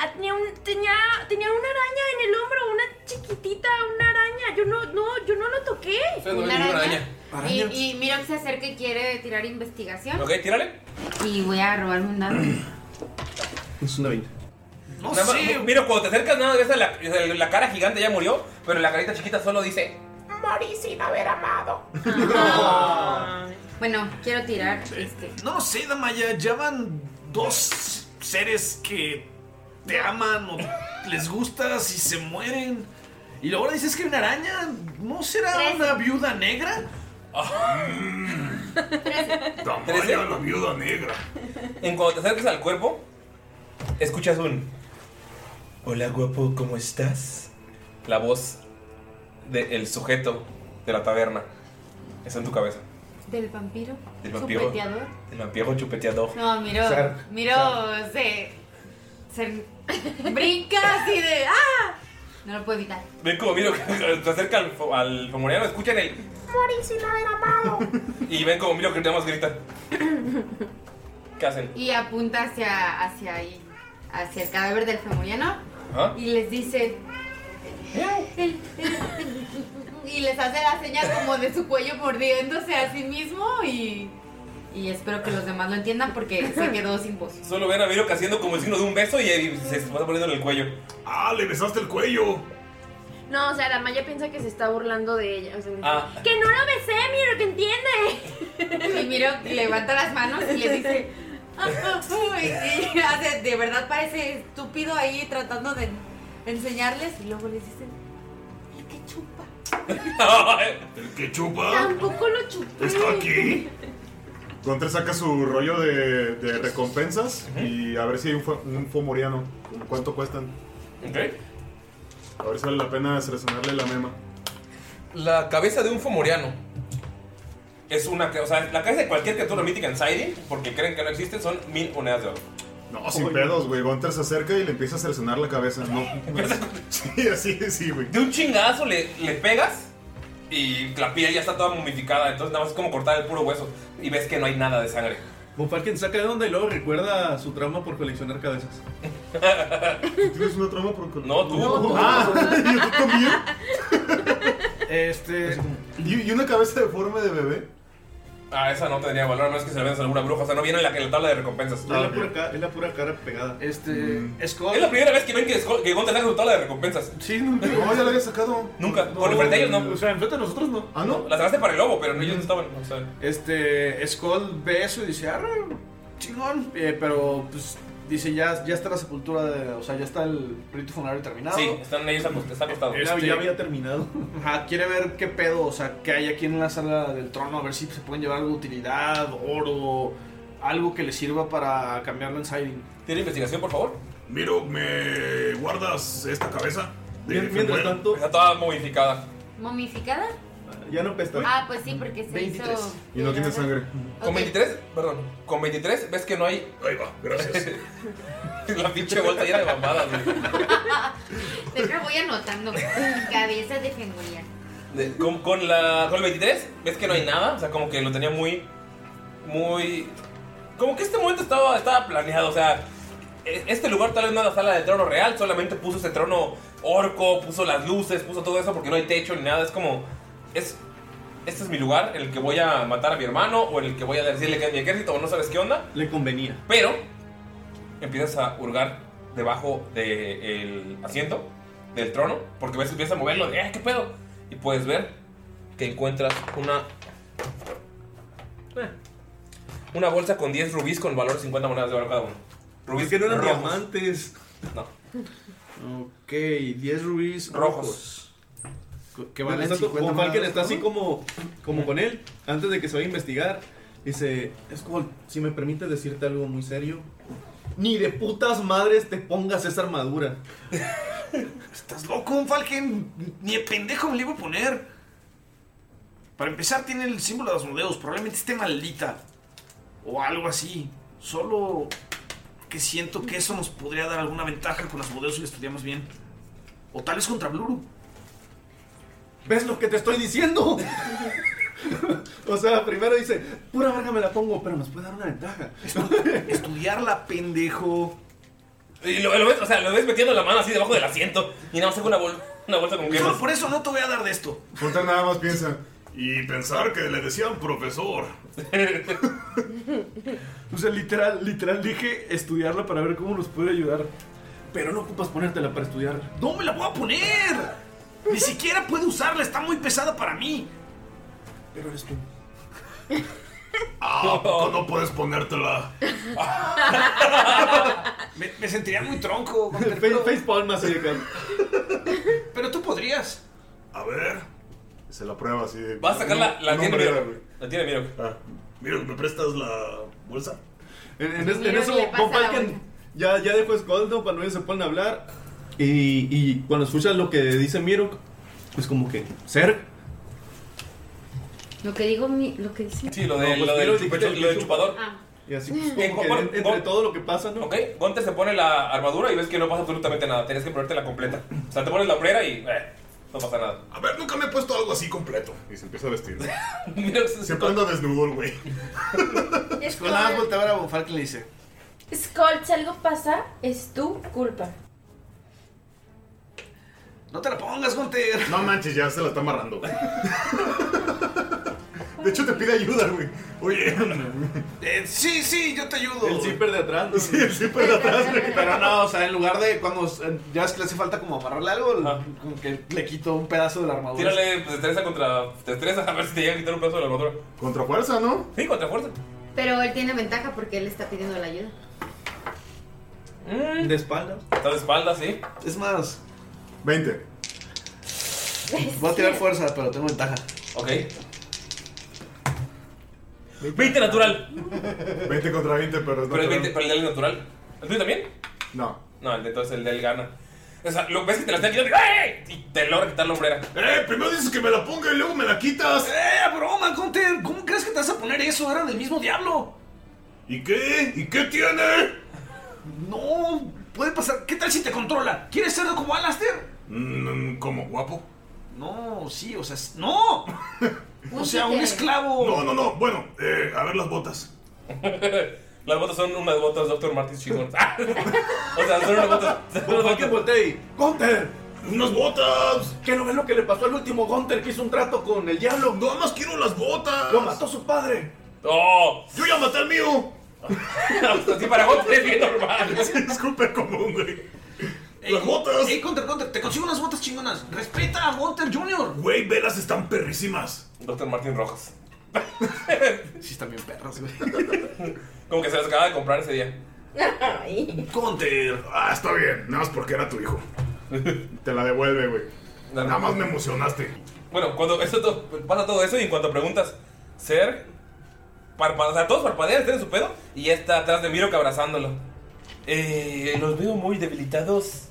araña. Tenía, un, tenía, tenía una araña en el hombro, una chiquitita, una araña. Yo no, no, yo no lo toqué. Ustedes no ven ninguna araña. Y, y miro que se acerca y quiere tirar investigación. Ok, tírale. Y voy a robarme un dado. Es una 20. No mira, cuando te acercas, nada, ves a la, la cara gigante ya murió, pero la carita chiquita solo dice. Morí sin haber amado. Ah. Ah. Bueno, quiero tirar este. No sé, Damaya, ya van dos seres que te aman o les gustas y se mueren. Y luego ahora dices que hay una araña, ¿no será una viuda negra? Ah. Tamaño la viuda negra. En cuando te acercas al cuerpo, escuchas un. Hola guapo, ¿cómo estás? La voz del sujeto de la taberna. Está en tu cabeza. ¿Del vampiro? Del vampiro. ¿Chupeteador? El vampiro chupeteador. No, miro, Sar. miro, se, se brinca así de ¡ah! No lo puedo evitar. Ven como miro que se acerca al, fo- al fomoriano, escuchan el. Morí sin haber amado. Y ven como miro que nada más grita. ¿Qué hacen? Y apunta hacia, hacia ahí, hacia el cadáver del femoriano ¿Ah? y les dice... "El- el- y les hace la seña como de su cuello mordiéndose a sí mismo y, y espero que los demás lo entiendan porque se quedó sin voz. Solo ven a Miro que haciendo como el signo de un beso y ahí se va poniendo en el cuello. Ah, le besaste el cuello. No, o sea, la Maya piensa que se está burlando de ella. o sea, Ah. Que no lo besé, miro que entiende. Y miro, levanta las manos y le dice. "Ah, ah, ah", y- y hace- de verdad parece estúpido ahí tratando de enseñarles. Y luego les dicen. El que chupa. El que chupa Tampoco lo chupé. está aquí. Contra saca su rollo de, de recompensas y a ver si hay un, fo- un fomoriano. ¿Cuánto cuestan? Ok. A ver si vale la pena seleccionarle la mema. La cabeza de un fomoriano es una. ca- O sea, la cabeza de cualquier criatura mítica en Siren, porque creen que no existen, son mil monedas de oro. No, sin pedos, güey. Gunter se acerca y le empieza a cercenar la cabeza. No. sí, así, sí, güey. De un chingazo le, le pegas y la piel ya está toda momificada. Entonces, nada más es como cortar el puro hueso y ves que no hay nada de sangre. Von Falken saca de onda y luego recuerda su trama por coleccionar cabezas. ¿Tienes una trama por coleccionar? No, tú. Ah. ¿Yo también? Este. ¿Y, y una cabeza deforme de bebé? Ah, esa no tendría valor, a menos que se la vendas a alguna bruja. O sea, no viene en la, en la tabla de recompensas. es, la pura ca- es la pura cara pegada. Este. Es la primera vez que ven que, Skull- que Gunter saca su tabla de recompensas. Sí, nunca. No, ya la había sacado. Nunca. Por frente a ellos no. O sea, enfrente a nosotros no. Ah, no. La sacaste para el lobo, pero ellos no estaban. O sea. Este, Skull ve eso y dice, arre, chingón. Eh, pero, pues, dice, ya, ya está la sepultura, de, o sea, ya está el rito funerario terminado. Sí, están ellos acost- está acostado. Este, terminado. Ajá, quiere ver qué pedo, o sea, qué hay aquí en la sala del trono, a ver si se pueden llevar algo de utilidad, oro, algo que le sirva para cambiarlo en Siren. ¿Tiene investigación, por favor? Miro, ¿me guardas esta cabeza? mientras tanto. Está toda modificada. ¿Momificada? Ya no pesta. Ah, pues sí, porque se hizo. Y no tiene sangre. Con 23, perdón, con 23 ves que no hay. Ahí va, gracias. la pinche vuelta llena de mamadas, güey. Deja, voy anotando. Cabeza de pingüina. De- con, con la, con el 23 ves que no hay nada, o sea, como que lo tenía muy. Muy. Como que este momento estaba, estaba planeado, o sea. e- Este lugar tal vez no era la sala del trono real, solamente puso ese trono orco, puso las luces, puso todo eso porque no hay techo ni nada, es como. Es, este es mi lugar en el que voy a matar a mi hermano o en el que voy a decirle que es mi ejército o no sabes qué onda. Le convenía. Pero empiezas a hurgar debajo del asiento del trono porque ves que empieza a moverlo. de, ¡Eh, qué pedo! Y puedes ver que encuentras una. eh, Una bolsa con 10 rubíes con valor 50 monedas de oro cada uno. Rubíes que no eran rojos. diamantes. No. Ok, 10 rubíes rojos. Que valen Mientras tanto, 50 Von Falken monedas. está así como, como con él, antes de que se vaya a investigar. Dice, Skull, si me permites decirte algo muy serio, ni de putas madres te pongas esa armadura. Estás loco, un Falken. Ni de pendejo me le iba a poner. Para empezar, tiene el símbolo de Asmodeus. Probablemente esté maldita. O algo así. Solo que siento que eso nos podría dar alguna ventaja con Asmodeus si lo estudiamos bien. O tal vez contra Bluru. ¿Ves lo que te estoy diciendo? o sea, primero dice, pura verga me la pongo, pero nos puede dar una ventaja. Estudiarla, pendejo. Y lo, lo ves, o sea, lo ves metiendo la mano así debajo del asiento y nada más saca una, bol- una bolsa con gemas. Solo por eso no te voy a dar de esto. Gunter nada más piensa. Y pensar que le decían profesor. O sea, literal, literal dije E, estudiarla para ver cómo nos puede ayudar. Pero no ocupas ponértela para estudiarla. ¡No me la voy a poner! Ni siquiera puedo usarla, está muy pesada para mí. Pero eres tú. Ah, ¿a poco no puedes ponértela. Me, me sentiría muy tronco. Gunter, Face, face palm así acá. Pero tú podrías. A ver. Se la prueba así. de- Vas a sacar la- la No, tiene hombre, Miro. güey. La tiene Miro. Miro, Ah, ¿me prestas la bolsa? En, en es- en Miro, eso, le pasa Von la Falken ya, ya dejó Skull, ¿no? Para no se ponen a hablar. Y, y cuando escuchas lo que dice Miro, pues como que, ser. Lo que digo, mi- Ah, lo que dice. Sí, lo del, No, pues lo del Miro chupa- dijiste lo del que chupador. Y así, pues, como que en- entre todo lo que pasa, ¿no? Ok, Gunter se pone la armadura y ves que no pasa absolutamente nada. Tienes que ponerte la completa. O sea, te pones la hombrera y eh, no pasa nada. A ver, nunca me he puesto algo así completo. Y se empieza a vestir. Siempre anda desnudo el güey. Con nada más voltea a ver a Von Falken y le dice: Skull, si algo pasa, es tu culpa. No te la pongas, Gunter. No manches, ya se la está amarrando. güey. De hecho, te pide ayuda, güey. Oye. Eh, sí, sí, yo te ayudo. El zipper de atrás. Sí, el zipper de atrás, güey. Pero no, o sea, en lugar de cuando eh, ya ves que le hace falta como amarrarle algo, como que le quito un pedazo de la armadura. Tírale pues, destreza contra destreza a ver si te llega a quitar un pedazo de la armadura. Contra fuerza, ¿no? Sí, contra fuerza. Pero él tiene ventaja porque él está pidiendo la ayuda. De espaldas. Está de espaldas, sí. Es más. 20. Voy a tirar fuerza, pero tengo ventaja. ¡Eh, Ok. 20 natural. 20 contra 20, pero es Pero natural. el, 20, pero el de él es natural. ¿El tuyo también? No. No, el de entonces el de él gana. O sea, lo ves que Pues te ¡eh! la están quitando ¡Ey! y te logra quitar la hombrera. ¡Eh! Primero dices que me la ponga y luego me la quitas. ¡Eh, broma, Gunter! ¿Cómo crees que te vas a poner eso? Era del mismo diablo. ¿Y qué? ¿Y qué tiene? No, puede pasar. ¿Qué tal si te controla? ¿Quieres ser como Alastair? Mm, ¿Como guapo? No, sí, o sea, es- ¡no! Un o sea, un títere. esclavo. No, no, no. Bueno, eh, a ver las botas. Las botas son unas botas Dr. Martins chingón. o sea, son unas botas. Son unas botas. ¡Gunter! ¡Unas botas! ¿Qué no ves lo que le pasó al último Gunter que hizo un trato con el diablo? ¡No más quiero las botas! ¡Lo mató su padre! ¡Oh! ¡Yo ya maté al mío! Así para Gunter es bien normal. es súper común, güey. ¡Las botas! ¡Ey, Gunter, Gunter! ¡Te consigo unas botas chingonas! ¡Respeta a Gunter Jr.! Güey, velas están perrísimas. Dr. Martin Rojas. Sí, están bien perros, güey. Como que se las acaba de comprar ese día. Conter. Ah, está bien. Nada más porque era tu hijo. Te la devuelve, güey. Nada más me emocionaste. Bueno, cuando eso to- pasa todo eso y en cuanto preguntas, Ser parpadea, o sea, todos parpadean, están en su pedo y ya está atrás de Miro abrazándolo. Eh, los veo muy debilitados.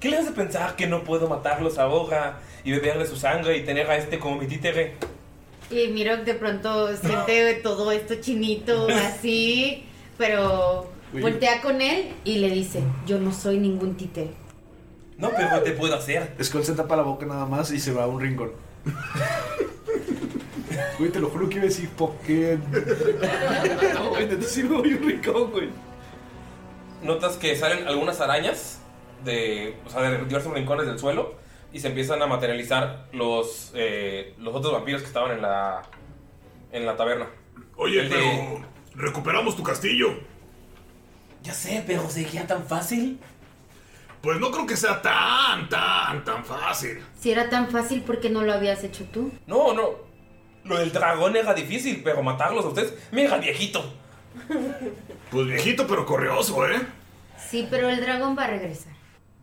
¿Qué les hace pensar que no puedo matarlos a hoja y beberle su sangre y tener a este como mi títere? Y miro de pronto siente todo esto chinito así, pero Uy. voltea con él y le dice, yo no soy ningún títere. No, pero te puedo hacer. Skull se tapa la boca nada más y se va a un rincón. Güey, te lo juro que iba a decir Pokémon. No, güey, neta sí me voy a un rincón, güey. Notas que salen algunas arañas de, o sea, de diversos rincones del suelo y se empiezan a materializar los, eh, los otros vampiros que estaban en la, en la taberna. Oye, El de- pero recuperamos tu castillo. Ya sé, pero seguía tan fácil. Pues no creo que sea tan, tan, tan fácil. Si era tan fácil, ¿por qué no lo habías hecho tú? No, no. Lo del dragón era difícil, pero matarlos a ustedes, mega viejito. Pues viejito, pero corrioso, ¿eh? Sí, pero el dragón va a regresar.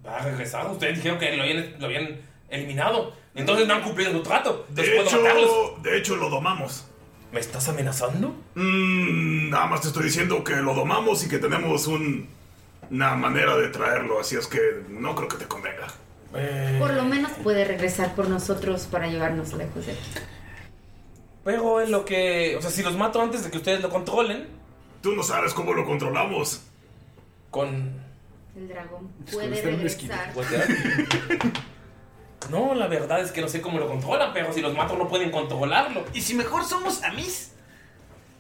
Va a regresar, ustedes dijeron que lo habían, lo habían eliminado. Entonces no han cumplido su trato. Entonces De puedo hecho, matarlos. de hecho, lo domamos. ¿Me estás amenazando? Mm, nada más te estoy diciendo que lo domamos y que tenemos un, una manera de traerlo, así es que no creo que te convenga. Eh. Por lo menos puede regresar por nosotros para llevarnos lejos de aquí. Pero en lo que. O sea, si los mato antes de que ustedes lo controlen. Tú no sabes cómo lo controlamos. Con. El dragón Skull puede está en una regresar. voltear. No, la verdad es que no sé cómo lo controlan, pero si los mato no pueden controlarlo. ¿Y si mejor somos amis?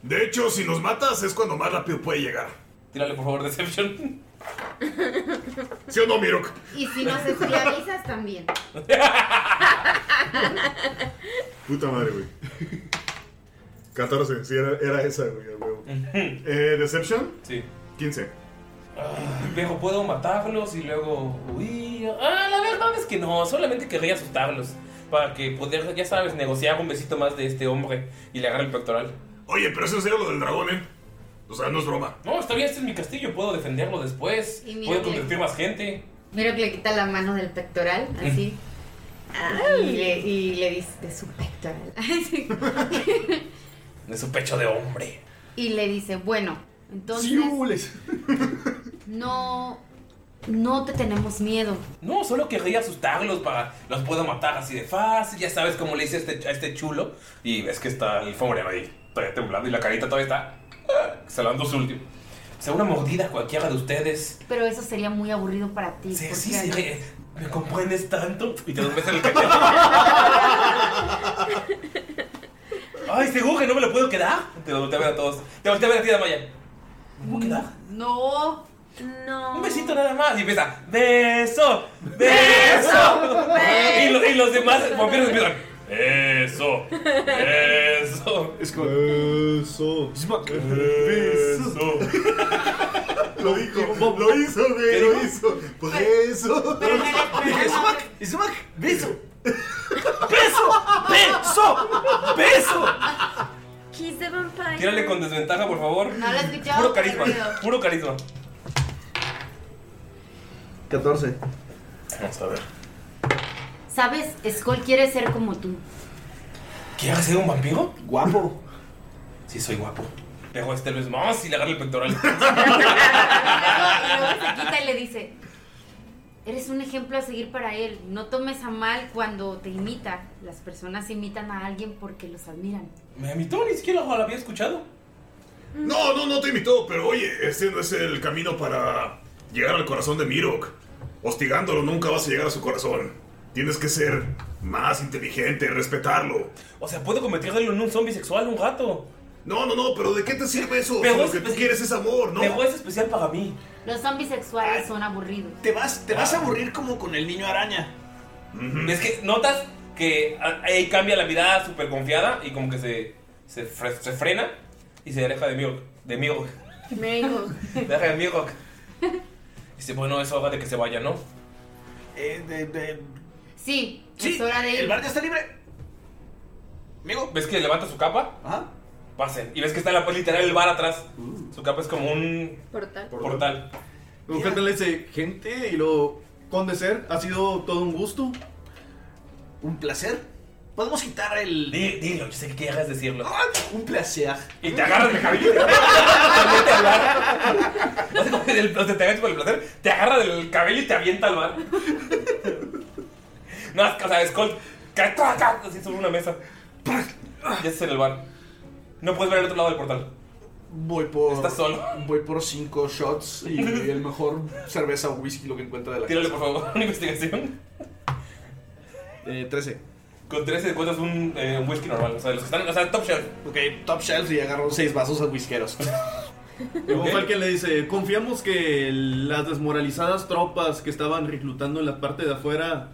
De hecho, si nos matas es cuando más rápido puede llegar. Tírale por favor Deception. ¿Sí o no, Mirok? Y si nos esclavizas también. Puta madre, güey. 14, sí, era, era esa, güey, a huevo. Eh, ¿Deception? Sí. 15. Pero puedo matarlos y luego huir. Ah, la verdad es que no, solamente querría asustarlos. Para que poder, ya sabes, negociar un besito más de este hombre y le agarre el pectoral. Oye, pero eso es serio lo del dragón, ¿eh? O sea, no es broma. No, está bien, este es mi castillo, puedo defenderlo después. Y mira Puedo que- convertir más gente. Miro que le quita la mano del pectoral, Eh. así. Y le, y le dice, de su pectoral. Así. De su pecho de hombre. Y le dice, bueno, entonces no, no te tenemos miedo. No, solo querría asustarlos para. Los puedo matar así de fácil. Ya sabes cómo le hice a este, a este chulo. Y ves que está el sombrero ahí, todavía temblando. Y la carita todavía está. ah, exhalando su último. O sea, una mordida a cualquiera de ustedes. Pero eso sería muy aburrido para ti. Sí, porque- sí, sí. eh, ¿Me comprendes tanto? Y te dos veces el cachete. Ay, seguro que no me lo puedo quedar. Te lo volteé a ver a todos. Te volteé a ver a ti, Damaya. ¿Me puedo quedar? No, no. Un besito nada más. Y empieza, beso, beso. Beso. y, lo- y los demás vampiros empiezan, eso, eso. Es como. Eso. Eso. Lo dijo, lo hizo, güey, lo hizo. Pues eso. ¡Ismac! ¡Ismac! ¡Beso! ¡Beso! ¡Beso! ¡Beso! Kiss the vampire. Tírale con desventaja, por favor. No lo he escuchado, Puro pero carisma, veo. puro carisma. 14. Vamos a ver. Sabes, Skull quiere ser como tú. ¿Quieres ser un vampiro? Guapo. Sí, soy guapo. Dejo a este Luis más y le agarro el pectoral. Y luego se quita y le dice, eres un ejemplo a seguir para él. No tomes a mal cuando te imita. Las personas imitan a alguien porque los admiran. Me invitó, ni siquiera lo había escuchado. Mm. No, no, no te invitó, pero oye, este no es el camino para llegar al corazón de Mirok. Hostigándolo nunca vas a llegar a su corazón. Tienes que ser más inteligente, respetarlo. O sea, puedo convertirlo en un zombie sexual, un gato. No, no, no, pero ¿de qué te sirve eso? Pero Si lo es que tú especi- quieres es amor, ¿no? Pero es especial para mí. Los zombies sexuales son aburridos. Te vas, te Ah. vas a aburrir como con el niño araña. Es que notas que a- ahí cambia la mirada súper confiada y como que se, se, fre- se frena y se aleja de Mirok. De Mirok. Me dijo. Se aleja de Mirok. Y dice, bueno, es hora de que se vaya, ¿no? Eh, de- de- Sí, Sí, es hora de ir. el bar ya está libre. ¿Ves que levanta su capa? Ajá. Uh. Pasen. Y ves que está la, pues, literal el bar atrás. Su capa es como un Portal. portal. Luego Kendall le dice, gente, y luego, Conde Ser, ha sido todo un gusto. Un placer. Podemos quitar el. Dilo, yo sé que quieres decirlo. Un placer. Y te agarras de cabello. No sé cómo es el- los de te agachas por el placer. Te agarra del cabello y te avienta al bar. No, es que, o sea, Skull cae tra, tra, así sobre una mesa. Ya estás en el bar. No puedes ver el otro lado del portal. Voy por. Estás solo. Voy por cinco shots y el mejor cerveza o whisky lo que encuentra de la Tírale, casa. por favor, una investigación. Eh, 13. Con 13 encuentras un, eh, un whisky normal. O sea, los que están, o sea, top shelf. Ah, Ok, top shelf y agarro seis vasos a whiskeros. Luego Falken le dice, confiamos que las desmoralizadas tropas que estaban reclutando en la parte de afuera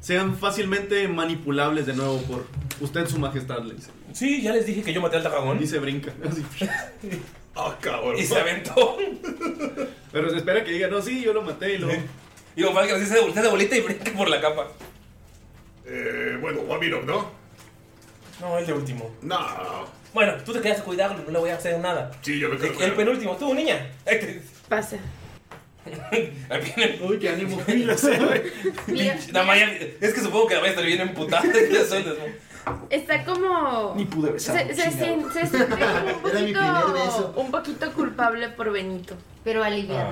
sean fácilmente manipulables de nuevo por usted, su majestad, le dice. Sí, ya les dije que yo maté al dragón. Y se brinca. así. Ah, cabrón. Y se aventó. Pero se espera que diga, no, sí, yo lo maté y luego... Y Don Falken así se devolvió de bolita y brinca por la capa. Eh, bueno, o a Mirok, ¿no? No, el de último. No. Bueno, tú te quedas a cuidarlo, no le voy a hacer nada. Sí, yo me El, creo el que... penúltimo, tú, niña. Este, Ahí te- Pasa. ahí viene. Uy, qué ánimo. no sé, güey. ¿eh? Mira, La Maya- es que supongo que la Maya estaría bien emputada. de que son las- está como. Ni pude besar. Se, se, chingado. sien- se sintió como un Era mi primer beso. poquito, un poquito culpable por Benito. Pero aliviado.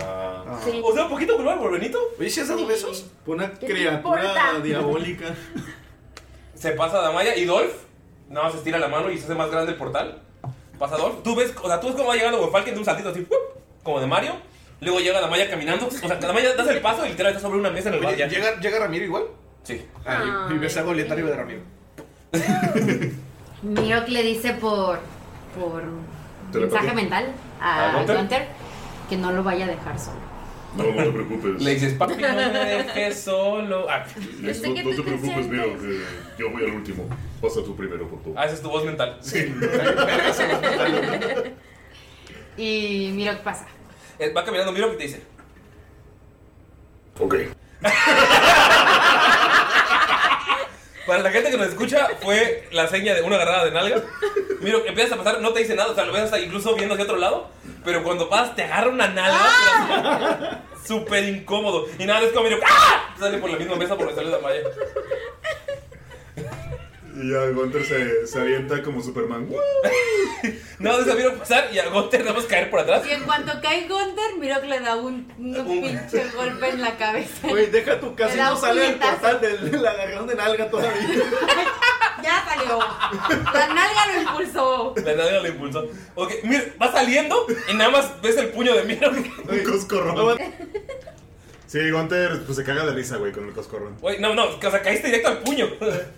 Sí. O sea, un poquito culpable por Benito. Ah. Oye, ¿sí has dado besos? Fue una te criatura importa? diabólica. Se pasa Damaya y Dolph. Nada más estira la mano y se hace más grande el portal. Pasa Dolph. Tú ves, o sea, tú ves cómo va llegando Von Falken de un saltito así, ¡fup! como de Mario. Luego llega Damaya caminando. O sea, Damaya das el paso y literal está sobre una mesa en el bar. Oye, ya. ¿llega, ¿Llega Ramiro igual? Sí. Ah, y- y besé a Goliat arriba de Ramiro. Mirok le dice por. por. mensaje mental ¿A a Gunther? Gunter que no lo vaya a dejar solo. No, no te preocupes. Le dices, papi, no me dejes solo. Ah, Le dices, Yo sé no, que no tú te te preocupes, Mirok. sientes. eh, yo voy al último. Pasa tú primero, por favor. ah, esa es tu voz mental. Sí. Y Mirok pasa. Eh, Va caminando, miro que te dice. ok. Para la gente que nos escucha, fue la seña de una agarrada de nalga. Mira, empiezas a pasar, no te dice nada, o sea, lo ves hasta incluso viendo hacia otro lado, pero cuando pasas te agarra una nalga. ¡Ah! pero Súper incómodo. Y nada, es como miro, ¡ah! Sale por la misma mesa por donde sale la malla. Y ya Gunter se, se avienta como Superman. ¡Woo! Nada, de esa miro pasar y a Gunter nada más caer por atrás. Y en cuanto cae Gunter, Mirok le da un, un Un- pinche golpe en la cabeza. Güey, deja tu casi Te da no un sale del puñetazo. portal del, la agarraron de nalga todavía. Ya salió. La nalga lo impulsó. La nalga lo impulsó. Ok, mira, va saliendo y nada más ves el puño de Miro. Un coscorrón. Sí, Gunter pues, se caga de risa, güey, con el coscorrón. Güey, no, no, o sea, caíste directo al puño.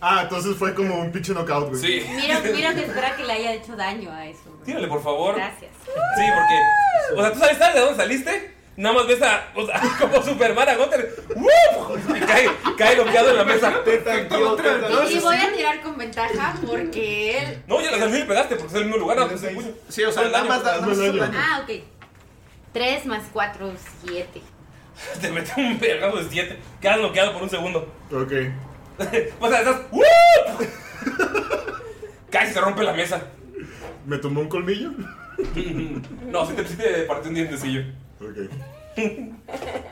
Ah, entonces fue como un pinche knockout, güey. Sí. Mirok, Mirok espera que le haya hecho daño a eso. güey. Tírale, por favor. Gracias. Sí, porque. O sea, tú sabes, ¿sabes de dónde saliste? Nada más ves a. O sea, como Superman a Gunther. ¡Woo! Y cae, cae bloqueado en la mesa. Tanqueó, te tanqueó. Y voy a tirar con ventaja porque él. No, ya la salí y le pegaste porque es el mismo lugar. No, Seis. Uy, Sí, o sea, el nada daño. más da- nada más da daño. Ah, ok. 3 más 4, 7. Te mete un pedazo de 7. Quedas bloqueado por un segundo. Ok. O sea, estás. ¡Woo! Cae y se rompe la mesa. ¿Me tomó un colmillo? No, si te, sí te partió un dientecillo. Ok.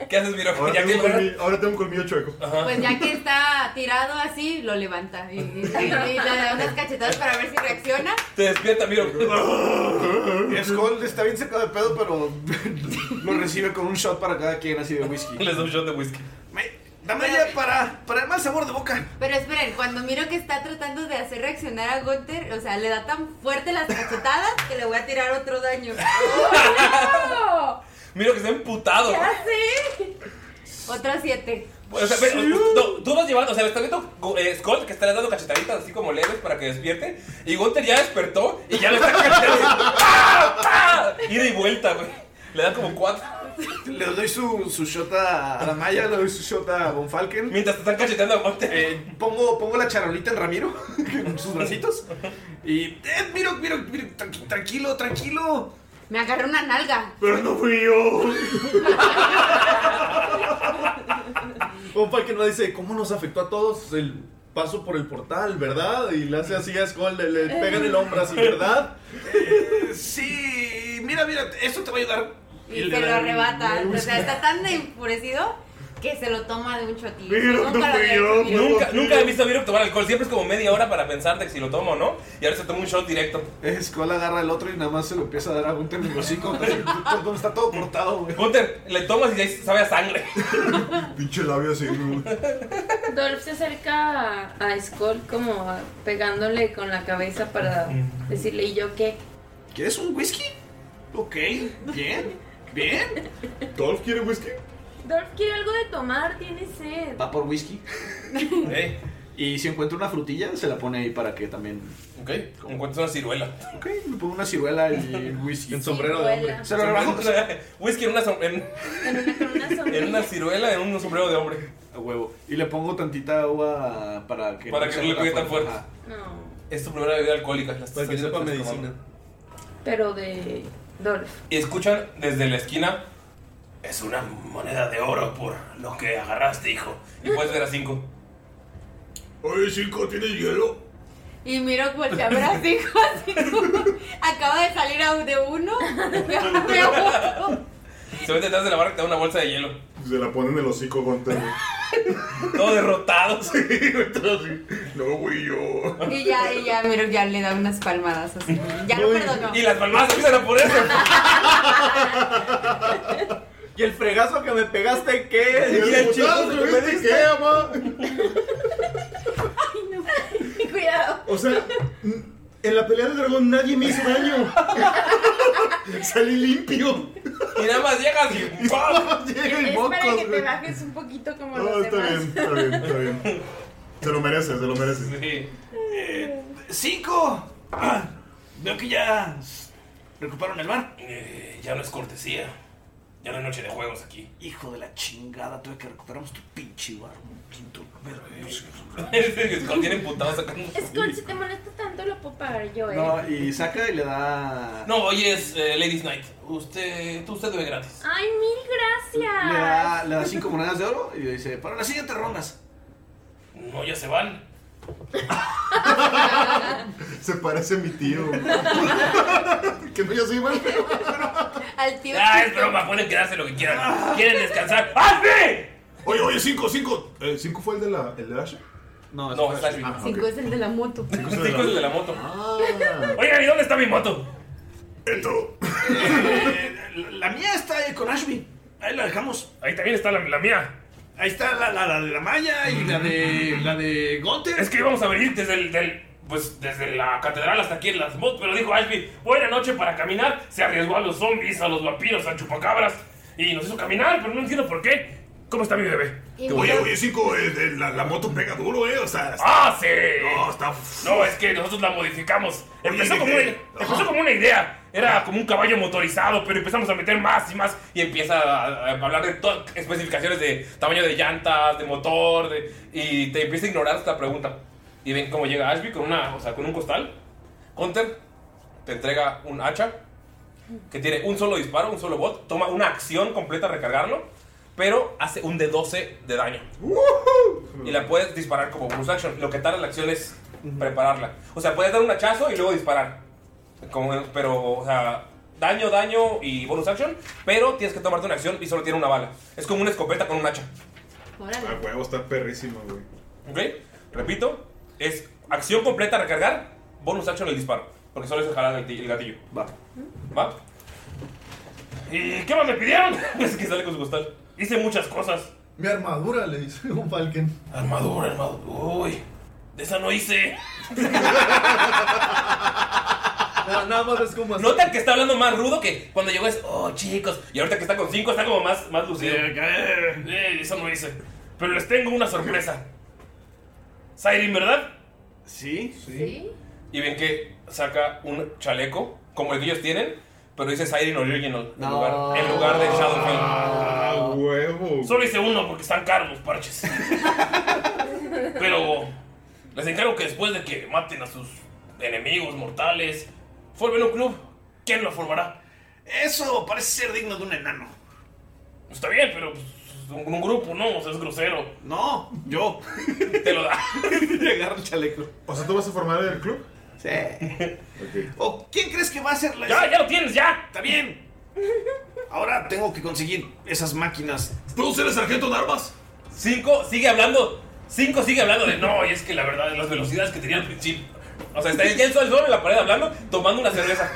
¿Qué haces, mira? Ahora, Ya que tengo, un colmillo, ahora tengo un colmillo chueco. Pues ya que está tirado así, lo levanta. Y, y- y le da unas cachetadas para ver si reacciona. te despierta, miro. Skull está bien cerca de pedo, pero lo recibe con un shot para cada quien así de whisky. Les da un shot de whisky. Me- Dame ya para, para el mal sabor de boca. Pero espera, esperen, cuando miro que está tratando de hacer reaccionar a Gunther, o sea, le da tan fuerte las cachetadas que le voy a tirar otro daño. Mira que está emputado. ¿Qué hace? Otro 7. O sea, pero, no, tú vas llevando, o sea, estás viendo eh, Skull que está dando cachetaditas así como leves para que despierte. Y Gunther ya despertó y ya le está cachetando. ¡Ah! ¡Ah! Ida y vuelta, güey. Le da como cuatro. Le doy su, su shot a la Maya, le doy su shot a Von Falken. Eh, Mientras te están cacheteando a pongo, pongo la charolita en Ramiro, en sus bracitos. Y, eh, miro, miro, miro, tranqui- tranquilo, tranquilo. Me agarró una nalga. Pero no fui yo. Von Falken nos dice, ¿cómo nos afectó a todos el paso por el portal, verdad? Y le hace así a Skull, le, le pega en el hombro así, ¿verdad? Eh, sí, mira, mira, esto te va a ayudar. Y se lo arrebata. O sea, está tan enfurecido que se lo toma de un chotillo. Nunca lo había hecho, mira. Nunca, nunca he visto a Virok tomar alcohol. Siempre es como media hora para pensar de si lo tomo o no. Y ahora se toma un shot directo. Skull agarra el otro y nada más se lo empieza a dar a Gunter en el hocico. Donde está todo cortado, güey. Gunter, le tomas y ya sabe a sangre. Pinche labio así. Dolph se acerca a, a Skull como a- pegándole con la cabeza para decirle, ¿y yo qué? ¿Quieres un whisky? Ok, bien, bien. ¿Dolph quiere whisky? Dolph quiere algo de tomar, tiene sed. Va por whisky. Eh, Y si encuentra una frutilla, se la pone ahí para que también. Ok, encuentras una ciruela. Ok, me pongo una ciruela y whisky. En sombrero de hombre. Se lo rebajo. Whisky en una, som- en, en una ciruela, en un sombrero de hombre. A huevo. Y le pongo tantita agua para que Para que se no le haga pegue tan fuerte. Ajá. Es tu primera bebida alcohólica. las Para que estás- sepa estás medicina. tomando. Pero de Dolph. Y escuchan desde la esquina. Es una moneda de oro por lo que agarraste, hijo. Y puedes ver a cinco. Oye, chico, ¿tienes hielo? Y miro voltea a ver a cinco, así como, Acaba de salir a- de uno. Veo- veo- Se ve detrás de la barra que te da una bolsa de hielo. Se la ponen en el hocico, Gunter. Todo derrotado. no, güey, yo. Y ya, y ya, miro, ya le da unas palmadas así. Ya lo perdonó. Y las palmas empiezan a ponerse. ¿Y el fregazo que me pegaste qué? ¿Y el putazo que me diste qué, amor? Cuidado. O sea, n- en la pelea de dragón nadie me hizo daño. Salí limpio. Y nada más llegas y ¡pam! Llega el es moco. para que te güey. bajes un poquito como No, los está demás. bien, está bien, está bien. Se lo mereces, se lo mereces. Eh, ¡Cinco! Ah, veo que ya recuparon el bar. Eh, ya no es cortesía. Ya no hay noche de juegos aquí. Hijo de la chingada, tuve que recuperarnos tu pinche bar. Quinto, verga. Tienen putados acá. Skull, si te molesta tanto lo puedo pagar yo, eh. No, y saca y le da. No, hoy es eh, Ladies Night. Usted, tú usted bebe gratis. Ay, mil Le gracias. da, le da cinco monedas de oro y le dice: Para las siguientes rondas. No, ya se van. Se parece a mi tío. que no, yo soy mal. Al tío. Ah, es broma, pueden quedarse lo que quieran. ¿Quieren descansar? ¡Hazme! Oye, oye, 5, 5. ¿5 fue el de la el de Asha? No, No, es Ashby. Ah, Cinco ok. es el de la moto. Cinco es el de la moto. Ah. Oigan, ¿y dónde está mi moto? Entro. Eh, la- la mía está ahí con Ashby. Ahí la dejamos. Ahí también está la, la mía. Ahí está la, la, la de la Maya y la de. La de Gunter. Es que íbamos a venir desde el. del- pues desde la catedral hasta aquí en las motos, pero dijo Ashby, buena noche para caminar. Se arriesgó a los zombies, a los vampiros, a chupacabras y nos hizo caminar, pero no entiendo por qué. ¿Cómo está mi bebé? Oye, oye, cinco, eh, de la, la moto pega duro, ¿eh? O sea, está- ¡Ah, sí! No, está. No, es que nosotros la modificamos. Empezó, Oye, como, una, ¿qué? empezó Ajá. como una idea. Era como un caballo motorizado, pero empezamos a meter más y más. Y empieza a, a hablar de to- especificaciones de tamaño de llantas, de motor. de- y te empieza a ignorar esta pregunta. Y ven cómo llega Ashby con, una, o sea, con un costal. Hunter te entrega un hacha que tiene un solo disparo, un solo bot. Toma una acción completa a recargarlo, pero hace un de 12 de daño. Y la puedes disparar como bonus action. Lo que tarda la acción es prepararla. O sea, puedes dar un hachazo y luego disparar. Como- pero, o sea, daño, daño y bonus action. Pero tienes que tomarte una acción y solo tiene una bala. Es como una escopeta con un hacha. Ah, huevo, está perrísimo, güey. ¿Ok? Repito, es acción completa recargar, bonus action el disparo. Porque solo es jalar el, ti- el gatillo. Va. ¿Va? ¿Y qué más me pidieron? es que sale con su costal. Hice muchas cosas. Mi armadura, le dice Von Falken. Armadura, armadura. Uy. De esa no hice. nada más es como Notan que está hablando más rudo que cuando llegó es, oh chicos. Y ahorita que está con cinco está como más, más lucido. Eh, Eh, eh, eso no hice. Pero les tengo una sorpresa. Sairin, ¿verdad? Sí, Sí. Y ven que saca un chaleco, como el que ellos tienen, pero dice Sairin Original en, lugar, en lugar de Shadowfell. Ah, huevo. Solo hice uno porque están caros los parches. Pero les encargo que después de que maten a sus enemigos mortales, formen un club. ¿Quién lo formará? Eso parece ser digno de un enano. Está bien, pero pues, un, un grupo, ¿no? O sea, es grosero. No, yo. Te lo da. agarra el chaleco. O sea, ¿tú vas a formar el club? Sí. ¿O quién crees que va a ser la.? Ya, ya lo tienes, ya. Está bien. Ahora tengo que conseguir esas máquinas. ¿Tú eres sargento de armas? Cinco sigue hablando. Cinco sigue hablando de no, y es que la verdad, las velocidades que tenía al principio. O sea, está ahí el sol solo en la pared hablando, tomando una cerveza.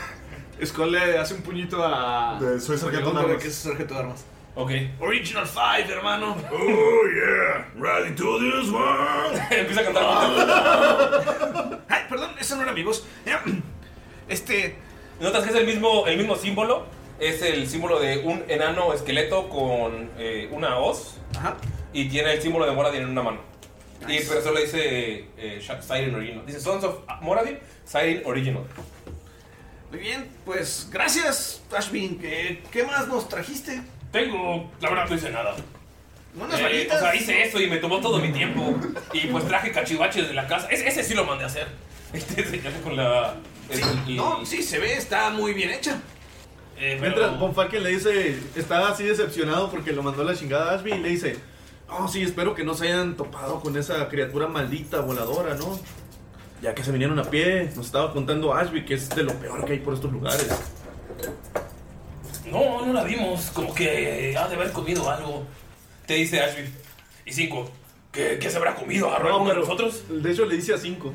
Skull le hace un puñito a. De- soy sargento de León, armas. que es sargento de armas. Ok. Original Five, hermano. Oh, yeah. Ready to this one. Empieza a cantar. Ay, perdón, eso no era amigos. Este. ¿Notas que es el mismo, el mismo símbolo? Es el símbolo de un enano esqueleto con eh, una hoz. Y tiene el símbolo de Moradin en una mano. Y Nice. pero solo dice eh, Sha- Siren Original. Dice Sons of Moradin, Siren Original. Muy bien, pues gracias, Ashvin. ¿Qué, qué más nos trajiste? Tengo, la verdad, no hice nada. Unas Eh, varitas. o sea, hice eso y me tomó todo mi tiempo. Y pues traje cachivaches de la casa. Ese, ese sí lo mandé a hacer. Este se llama con la. No, sí, se ve, está muy bien hecha. Mientras Von Falken le dice, está así decepcionado porque lo mandó a la chingada a Ashby y le dice, oh sí, espero que no se hayan topado con esa criatura maldita voladora, ¿no? Ya que se vinieron a pie, nos estaba contando Ashby que es de lo peor que hay por estos lugares. No, no la vimos. Como que ha de haber comido algo. Te dice Ashby. Y cinco. ¿Qué, qué se habrá comido? ¿Agarró alguno de nosotros? De hecho le dice a 5.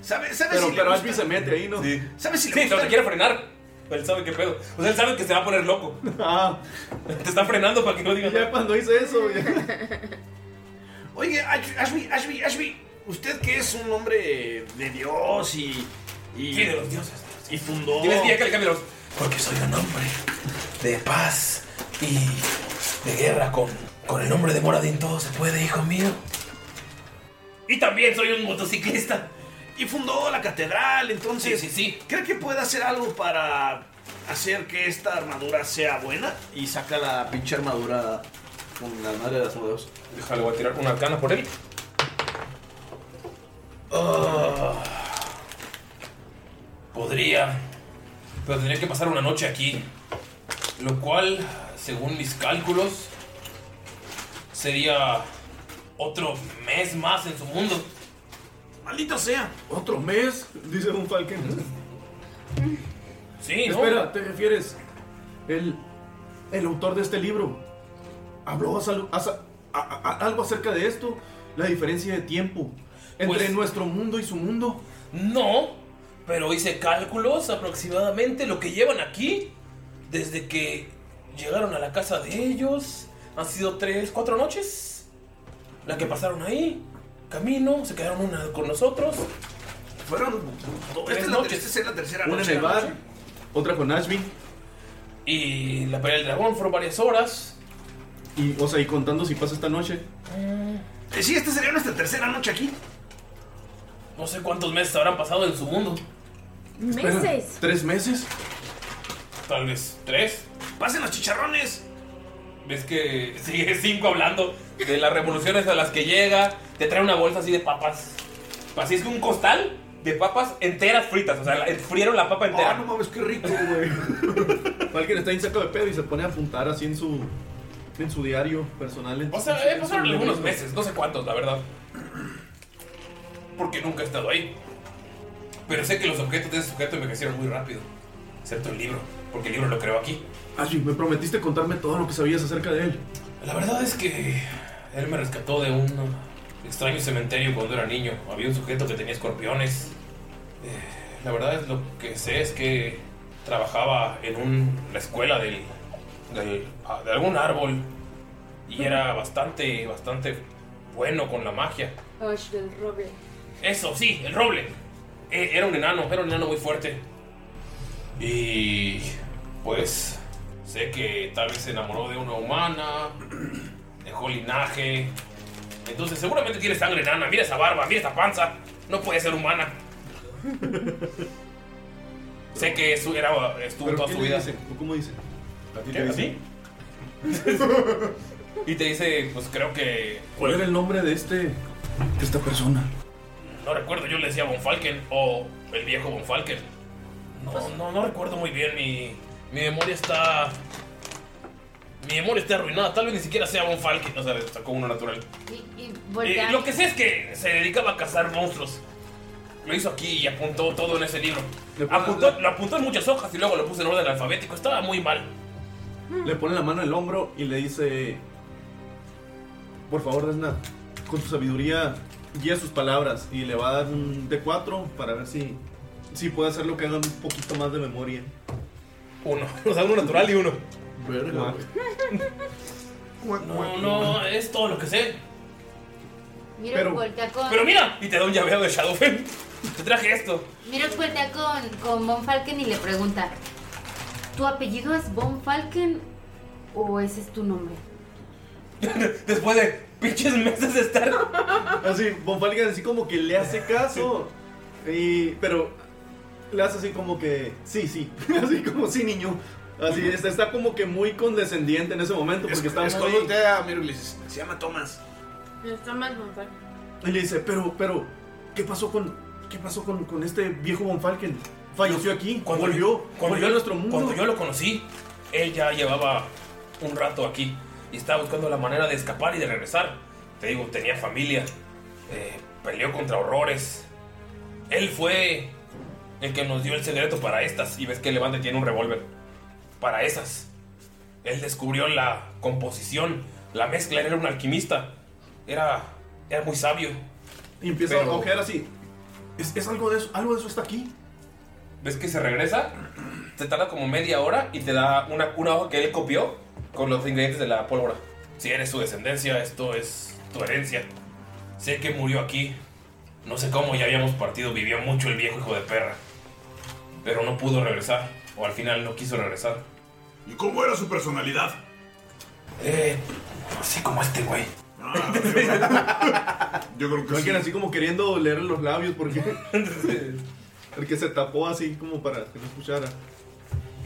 ¿Sabes? Pero, pero Ashby se mete ahí, ¿no? Sí. ¿Sabes si le Sí, pero te quiere frenar. Pero él sabe qué pedo. O sea, él sabe que se va a poner loco. Te está frenando para que no diga Ah. Ya cuando hice eso, Oye, Ash- Ashby, Ashby, Ashby, usted que es un hombre de Dios y. y Sí, de los dioses. Y fundó. Tienes que ir acá al cambio de los- Porque soy un hombre de paz y de guerra con, con el nombre de Moradin. Todo se puede, hijo mío. Y también soy un motociclista. Y fundó la catedral, entonces. Sí, sí, ¿Cree que puede hacer algo para hacer que esta armadura sea buena? Y saca la pinche armadura con la madre de las modelos. Déjale, voy a tirar una arcana por él. Ah. podría. Pero tendría que pasar una noche aquí. Lo cual, según mis cálculos, sería otro mes más en su mundo. Maldita sea. ¿Otro mes? Dice Von Falken. Sí, ¿no? Espera, ¿te refieres? El, el autor de este libro habló asalu- asa- a- a- a- algo acerca de esto, la diferencia de tiempo entre Pues- nuestro mundo y su mundo. No, pero hice cálculos aproximadamente lo que llevan aquí desde que llegaron a la casa de ellos. Han sido tres, cuatro noches la que pasaron ahí. Camino, se quedaron una con nosotros. Fueron tres Esta es la, noches. esta es la tercera Una noche. en el bar, otra con Ashby. Y la pelea del dragón fueron varias horas. Y, o sea, y contando si pasa esta noche. Eh, Sí, esta sería nuestra tercera noche aquí. No sé cuántos meses habrán pasado en su mundo. Espera, ¿Tres meses? Tal vez tres. ¡Pasen los chicharrones! Ves que sigue cinco hablando de las revoluciones a las que llega. Te trae una bolsa así de papas. Así es que un costal de papas enteras fritas. O sea, la- frieron la papa entera. no mames, qué rico, güey. Falken está en saco de pedo y se pone a apuntar así en su, en su diario personal. O sea, eh, pasaron algunos meses, no sé cuántos, la verdad. Porque nunca he estado ahí. Pero sé que los objetos de ese sujeto envejecieron muy rápido. Excepto el libro, porque el libro lo creo aquí. Ashby, Ah, me prometiste contarme todo lo que sabías acerca de él. La verdad es que él me rescató de un extraño cementerio cuando era niño. Había un sujeto que tenía escorpiones. Eh, la verdad es lo que sé es que trabajaba en un, la escuela del, del- ah, de algún árbol y era bastante, bastante bueno con la magia. Osh del roble. Eso, sí, el roble. Eh, era un enano, era un enano muy fuerte. Y pues sé que tal vez se enamoró de una humana, dejó linaje. Entonces seguramente tiene sangre enana. Mira esa barba, mira esa panza. No puede ser humana. sé que eso era, estuvo ¿Pero toda qué su le vida. dice? ¿O ¿Cómo dice? ¿A ti te dice? y te dice, pues creo que... ¿Cuál era el nombre de este, de esta persona? No recuerdo, yo le decía Von Falken o el viejo Von Falken. No, no, no recuerdo muy bien, mi, mi memoria está... Mi memoria está arruinada, tal vez ni siquiera sea Von Falken, o sea, le sacó uno natural. Y, y Eh, voltea. lo que sé es que se dedicaba a cazar monstruos. Lo hizo aquí y apuntó todo en ese libro. Apuntó- lo apuntó en muchas hojas y luego lo puso en orden alfabético, estaba muy mal. Le pone la mano en el hombro y le dice: Por favor, Desna, con tu sabiduría, guía sus palabras. Y le va a dar un D4 para ver si, si puede hacer lo que haga un poquito más de memoria. Uno, o sea, uno natural y uno. Verga, No, no, es todo lo que sé. Miro Pero- voltea con. Pero mira, y te da un llaveo de Shadowfen. Te traje esto. Miro voltea con, con Von Falken y le pregunta: ¿Tu apellido es Von Falken o ese es tu nombre? Después de pinches meses de estar. Así, Von Falken así como que le hace caso. Y, pero le hace así como que, sí, sí. Así como, sí, niño. Así, está, está como que muy condescendiente en ese momento porque está Skull muy... voltea a Miro y le dice, se llama Thomas. Está mal montaje. Y le dice, pero, pero, ¿qué pasó con, qué pasó con, con este viejo Von Falken? Falleció aquí, volvió, Cuando volvió yo, a nuestro mundo. cuando yo lo conocí, él ya llevaba un rato aquí y estaba buscando la manera de escapar y de regresar. Te digo, tenía familia, eh, peleó contra horrores. Él fue el que nos dio el secreto para estas. Y ves que Levante tiene un revólver para esas. Él descubrió la composición, la mezcla. Él era un alquimista, era, era muy sabio. Y empieza a ojear así. Es, es algo de eso, algo de eso está aquí. ¿Ves que se regresa? Se tarda como media hora y te da una, una hoja que él copió con los ingredientes de la pólvora. Si eres su descendencia, esto es tu herencia. Sé que murió aquí. No sé cómo ya habíamos partido. Vivió mucho el viejo hijo de perra. Pero no pudo regresar. O al final no quiso regresar. ¿Y cómo era su personalidad? Eh, así como este güey. Yo creo que Falken así como queriendo leer los labios porque... el que se tapó así como para que no escuchara.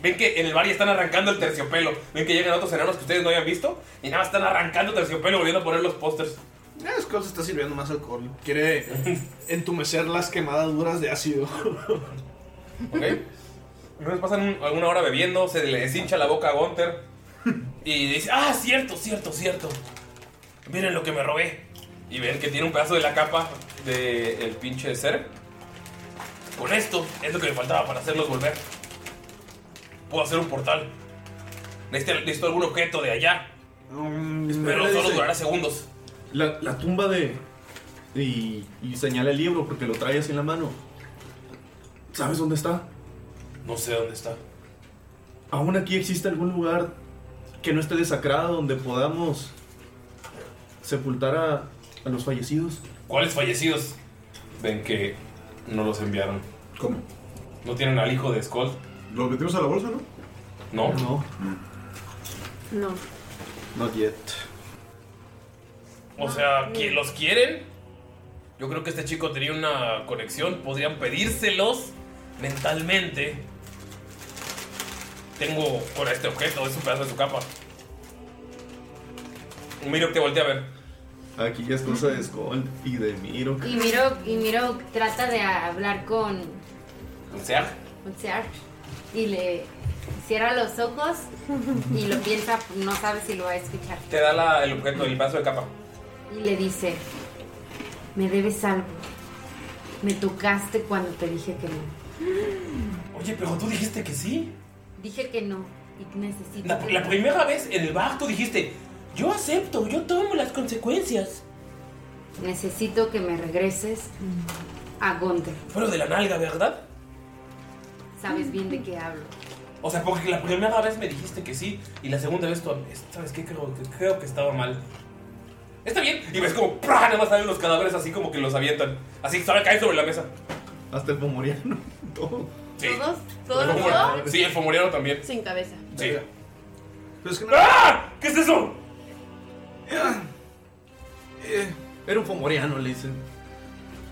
Ven que en el bar ya están arrancando el terciopelo. Ven que llegan otros enanos que ustedes no habían visto. Y nada, más están arrancando terciopelo volviendo a poner los pósters. Eh, Skull se está sirviendo más alcohol. Quiere entumecer las quemaduras de ácido. ¿Ok? Entonces pasan un- alguna hora bebiendo, se le deshincha la boca a Gunther y dice, ah, cierto, cierto, cierto. Miren lo que me robé. Y ven que tiene un pedazo de la capa del pinche ser. Con esto es lo que me faltaba para hacerlos volver. Puedo hacer un portal. Necesito, necesito algún objeto de allá. Pero le solo dice- durará segundos. La, la tumba de. Y, y señala el libro porque lo trae así en la mano. ¿Sabes dónde está? No sé dónde está. ¿Aún aquí existe algún lugar que no esté desacrado donde podamos sepultar a, a los fallecidos? ¿Cuáles fallecidos? Ven que no los enviaron. ¿Cómo? ¿No tienen al hijo de Skull? ¿Los metimos a la bolsa, no? No. No. No. Not yet. O sea, que los quieren. Yo creo que este chico tenía una conexión. Podrían pedírselos mentalmente. Tengo por este objeto, es un pedazo de su capa. Miro te volteé a ver. Aquí ya es cosa de Skull y de Miro. Y Miro, y Miro trata de hablar con, O sea, con Search y le cierra los ojos y lo piensa, no sabe si lo va a escuchar. te da la- el objeto, el pedazo de capa. Y le dice, me debes algo. Me tocaste cuando te dije que no. Oye, pero tú dijiste que sí. Dije que no y necesito... La, que- la primera vez en el bar tú dijiste, yo acepto, yo tomo las consecuencias. Necesito que me regreses a Gunther. Pero de la nalga, ¿verdad? Sabes bien de qué hablo. O sea, porque la primera vez me dijiste que sí y la segunda vez tú, ¿sabes qué? Creo, creo que estaba mal. Está bien. Y ves como ¡prá! nada más salen los cadáveres así como que los avientan. Así solo caen sobre la mesa. Hasta el pomoriano. Todo. Sí. Todos, todos El los fomoriano- dos Sí, el fomoriano también. sin cabeza. Sí. ¡Ah! ¿Qué es eso? Eh, Era un fomoriano, le dicen.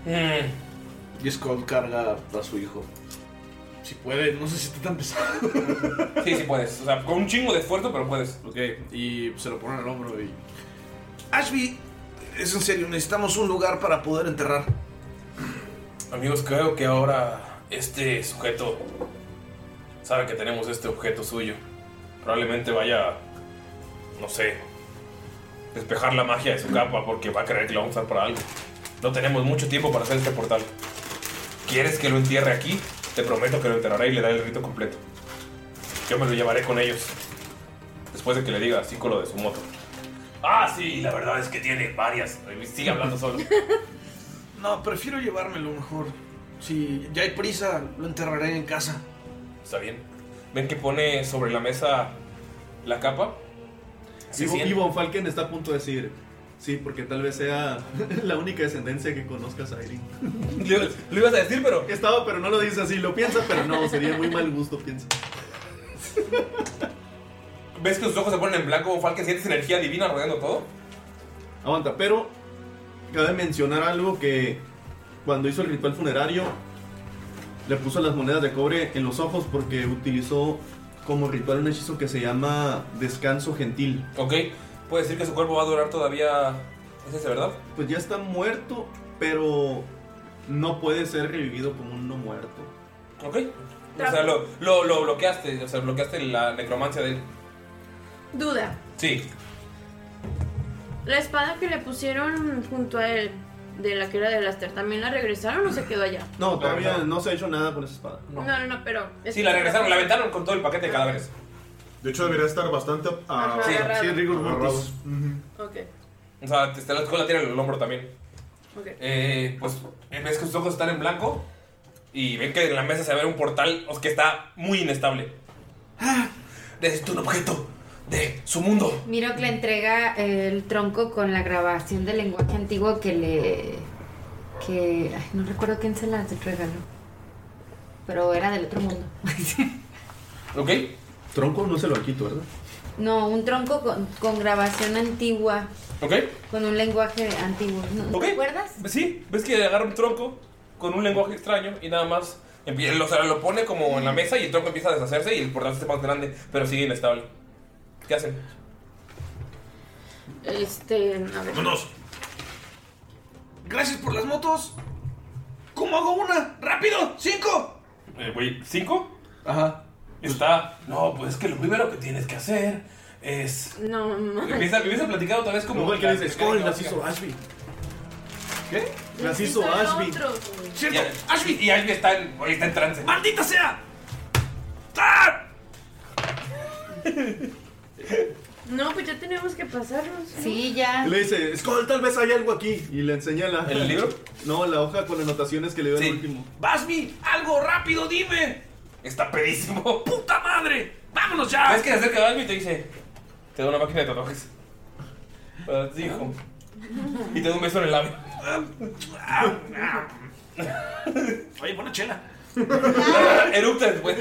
Eh. Y Skull carga a su hijo. Si puede, no sé si está tan pesado. Sí, sí puedes. O sea, con un chingo de esfuerzo, pero puedes. Ok, y se lo ponen al hombro y. Ashby, es en serio, necesitamos un lugar para poder enterrar. Amigos, creo que ahora este sujeto sabe que tenemos este objeto suyo. Probablemente vaya, no sé, despejar la magia de su capa porque va a creer que lo vamos a usar para algo. No tenemos mucho tiempo para hacer este portal. ¿Quieres que lo entierre aquí? Te prometo que lo enterraré y le daré el rito completo. Yo me lo llevaré con ellos. Después de que le diga así con lo de su moto. Ah, sí, la verdad es que tiene varias. Sigue hablando solo. No, prefiero llevármelo mejor. Si ya hay prisa, lo enterraré en casa. Está bien. Ven que pone sobre la mesa la capa. Se Ivo- sienta- Ivo Falken está a punto de decir. Sí, porque tal vez sea la única descendencia que conozcas a Irene. Lo ibas a decir, pero. Estaba, pero no lo dice así. Lo piensa, pero no. Sería muy mal gusto, piensa. ¿Ves que sus ojos se ponen en blanco, Falken? ¿Sientes energía divina rodeando todo? Aguanta, pero cabe mencionar algo que cuando hizo el ritual funerario le puso las monedas de cobre en los ojos porque utilizó como ritual un hechizo que se llama descanso gentil. Ok, puede decir que su cuerpo va a durar todavía. ¿Es ese, verdad? Pues ya está muerto, pero no puede ser revivido como un no muerto. Ok. O sea, lo, lo- lo bloqueaste, o sea, bloqueaste la necromancia de él. Duda. Sí. La espada que le pusieron junto a él, de la que era de Laster, ¿también la regresaron o se quedó allá? No, todavía no se ha hecho nada con esa espada. No, no, no, pero. es Sí, que- la regresaron, la aventaron con todo el paquete de cadáveres. De hecho, debería estar bastante ah, a. Ajá, Sí, agarrado. sí, rigor mortis. agarrados. Ok, O sea, te, te la, la tiene en el hombro también. ok. Eh, pues ves que sus ojos están en blanco y ven que en la mesa se ve un portal que está muy inestable. Necesito Ah, un objeto de su mundo. Miro que le entrega el tronco con la grabación del lenguaje antiguo que le. que. ay, no recuerdo quién se la regaló. Pero era del otro mundo. ¿Ok? Tronco no se lo quito, ¿verdad? No, un tronco con, con grabación antigua, ¿Ok? con un lenguaje antiguo. ¿No, Ok. Pues ¿Te acuerdas? Sí, ves que agarra un tronco con un lenguaje extraño y nada más. empie- O sea, lo pone como en la mesa y el tronco empieza a deshacerse y el portal se hace más grande, pero sigue inestable. ¿Qué hacen? Este, a ver. Gracias por las motos. ¿Cómo hago una? ¡Rápido! ¡Cinco! Eh, güey, ¿cinco? Ajá. Está. No, pues es que lo primero que tienes que hacer es. No, mames. Empieza, empieza a platicar otra vez como. Igual que le dice, "Skull, las hizo Ashby. ¿Qué? Las hizo hizo el Ashby. otro, ¿Cierto? Ashby. Y Ashby está en, güey, está en trance. ¡Maldita sea! No, pues ya tenemos que pasarnos. Sí, ya. Le dice, Skull, tal vez hay algo aquí. Y le enseña la... ¿El libro? No, la hoja con anotaciones que le dio el último. ¡Basmi! ¡Algo rápido, dime! Está pedísimo. ¡Puta madre! ¡Vámonos ya! ¿Ves que se acerca a Ashby y te dice: Te da una máquina de tatuajes. Pues, Dijo. Y te da un beso en el labio. Oye, buena chela. Erupta después.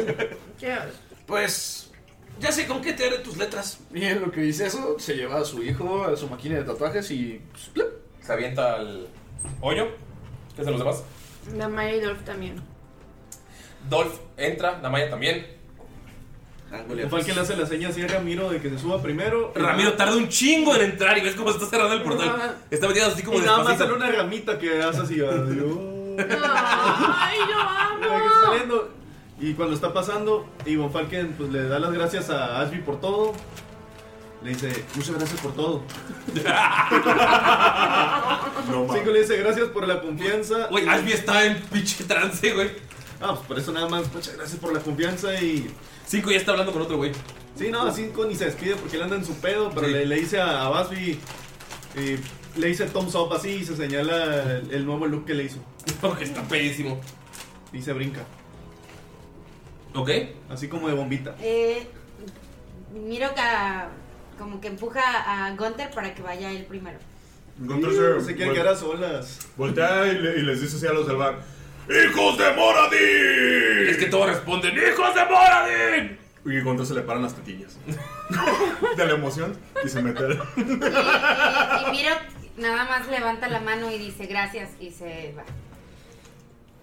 Pues. Ya sé con qué te haré tus letras. Bien, lo que dice eso, se lleva a su hijo a su máquina de tatuajes y. pues, Se avienta al hoyo. ¿Qué hacen los demás? La Maya y Dolph también. Dolph entra, Namaya también. Falken le hace la seña así a Ramiro de que se suba primero. Ramiro tarda un chingo en entrar y ves cómo está cerrado el portal. Ah. Está metido así como y nada más despacito. sale una ramita que hace así. adiós. ¡Ay, lo Mira que amo! está saliendo. Y cuando está pasando, Ivonne Falken pues, le da las gracias a Ashby por todo. Le dice, muchas gracias por todo. Cinco le dice, gracias por la confianza. Güey, Ashby está en pinche trance, güey. Ah, pues por eso nada más, muchas gracias por la confianza y... Cinco ya está hablando con otro güey. Sí, no, Cinco ni se despide porque le anda en su pedo, pero le, le dice a, a Ashby, eh, le dice thumbs up así y se señala el, el nuevo look que le hizo. está pedísimo. Y se brinca. ¿Ok? Así como de bombita. Eh, ah, miro que a- como que empuja a Gunther para que vaya él primero. Entonces, Se quieren vol- quedar a solas. Voltea y, le- y les dice así a los del bar: ¡Hijos de Moradin! es que todos responden: ¡Hijos de Moradin! Y Gunter se le paran las tetillas. de la emoción y se mete. al- Eh, Y Miro nada más levanta la mano y dice gracias y se va.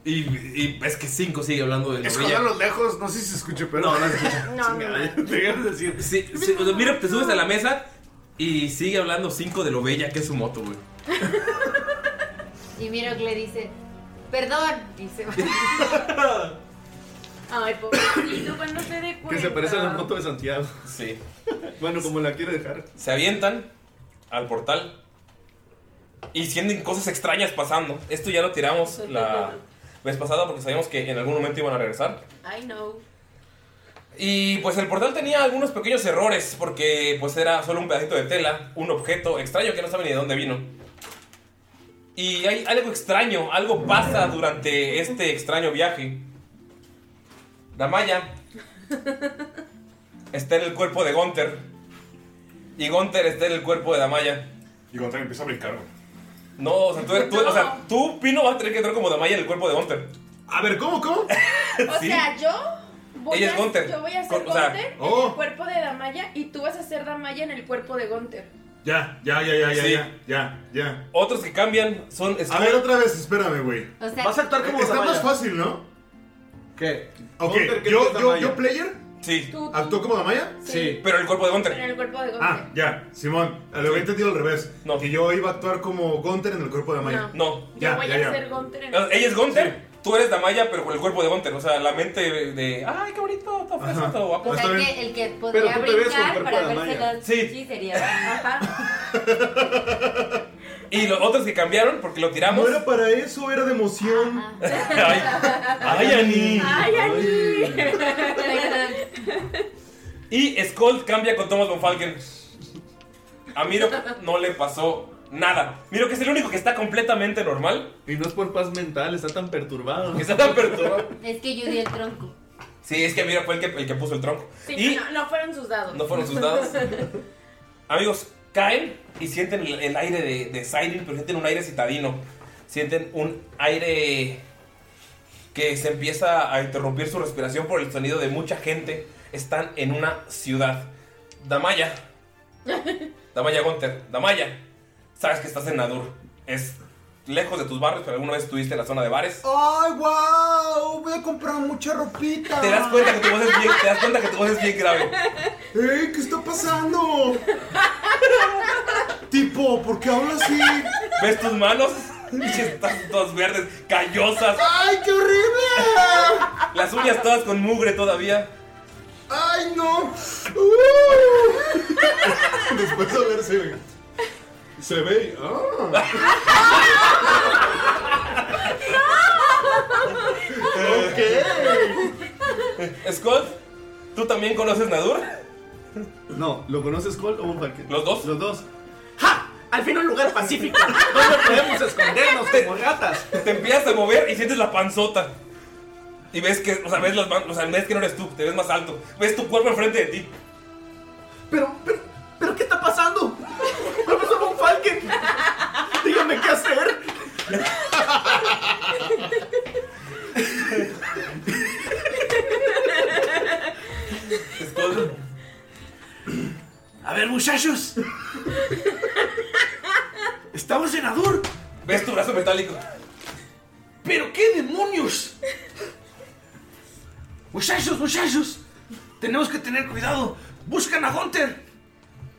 Y, y es que Cinco sigue hablando de Escucha a los lejos, no sé si se escucha, pero. No, no se escucha. No, no, no. decir. Sí, sí, o sea, mira, te subes a la mesa y sigue hablando Cinco de lo bella que es su moto, güey. Y Miro le dice perdón y se va. Ay, pobrecito, cuando se dé cuenta. Que se parece a la moto de Santiago. Sí. Bueno, como la quiere dejar. Se avientan al portal y sienten cosas extrañas pasando. Esto ya lo tiramos la vez pasada porque sabíamos que en algún momento iban a regresar. I know. Y pues el portal tenía algunos pequeños errores porque pues era solo un pedacito de tela, un objeto extraño que no saben ni de dónde vino. Y hay algo extraño, algo pasa durante este extraño viaje. La malla está en el cuerpo de Gunther. Y Gunther está en el cuerpo de Damaya. Y Gunther empieza a brincar. No, o sea, tú, tú- o sea, tú, Pino, vas a tener que entrar como Damaya en el cuerpo de Gunther. A ver, ¿cómo, cómo? O sea, yo. Voy Ella es a, Gunther. Yo voy a ser Con- Gunter o sea, en oh. el cuerpo de Damaya y tú vas a ser Damaya en el cuerpo de Gunther. Ya, ya, ya, ya, ya, Sí. ya, ya, ya. Otros que cambian son. A ver, otra vez, espérame, güey. O sea, Vas a actuar como Está más fácil, ¿no? ¿Qué? Ok, Gunter, ¿qué yo, es yo, Damaya? yo, player, Sí. ¿actuó como Damaya? Sí. Pero el cuerpo de Pero en Gunther. el cuerpo de Gunther. Ah, ya, Simón, lo había entendido al revés. Que yo iba a actuar como Gunter en el cuerpo de Damaya. No. Ah, yo voy a ser Gunther en Ella es Gunther, tú eres Damaya, pero con el cuerpo de Gunther. O sea, la mente de. eh, ah. ¡Ay, qué bonito! Está fresco, está guapo. O sea, el que, el que podría tú te ves con brincar cuerpo para de verse Damaya. las Sí. sí sería. Ajá. Y los otros que cambiaron porque lo tiramos. No era para eso, era de emoción. ay, ay, Ani. ¡Ay, Ani! Y Skull cambia con Thomas von Falken. A Miro no le pasó nada. Miro que es el único que está completamente normal. Y no es por paz mental, está tan perturbado. Está tan perturbado. Es que yo di el tronco. Sí, es que Miro fue el que, el que puso el tronco. Sí, y no, no fueron sus dados. No fueron sus dados. Amigos, caen y sienten el, el aire de, de Siren, pero sienten un aire citadino. Sienten un aire que se empieza a interrumpir su respiración por el sonido de mucha gente. Están en una ciudad. Damaya, Damaya Gunter, Damaya, sabes que estás en Nadur. Es lejos de tus barrios, pero alguna vez estuviste en la zona de bares. ¡Ay, wow! Voy a comprar mucha ropita. Te das cuenta que tu voz es bien, te das cuenta que tu voz es bien grave. ¡Ey, qué está pasando! Tipo, ¿por qué hablas así? ¿Ves tus manos? Están todas verdes, callosas. ¡Ay, qué horrible! Las uñas todas con mugre todavía. ¡Ay, no! ¡Uh! Después de verse, güey. Se ve y. ¡Ah! Scott, Eh, ¿tú también conoces Nadur? No, ¿lo conoces Cole o Von Falken? ¿Los dos? Los dos. Al fin un lugar pacífico. ¿Dónde podemos escondernos como ratas? Te empiezas a mover y sientes la panzota. Y ves que, o sea, ves las manos, o sea, ves que no eres tú, te ves más alto. Ves tu cuerpo enfrente de ti. ¿Pero qué está pasando? ¡Profesor Von Falken! Dígame qué hacer. Scott, A ver, muchachos. Estamos en Adur. ves tu brazo metálico. ¿Pero qué demonios? Muchachos, muchachos. Tenemos que tener cuidado. Buscan a Hunter.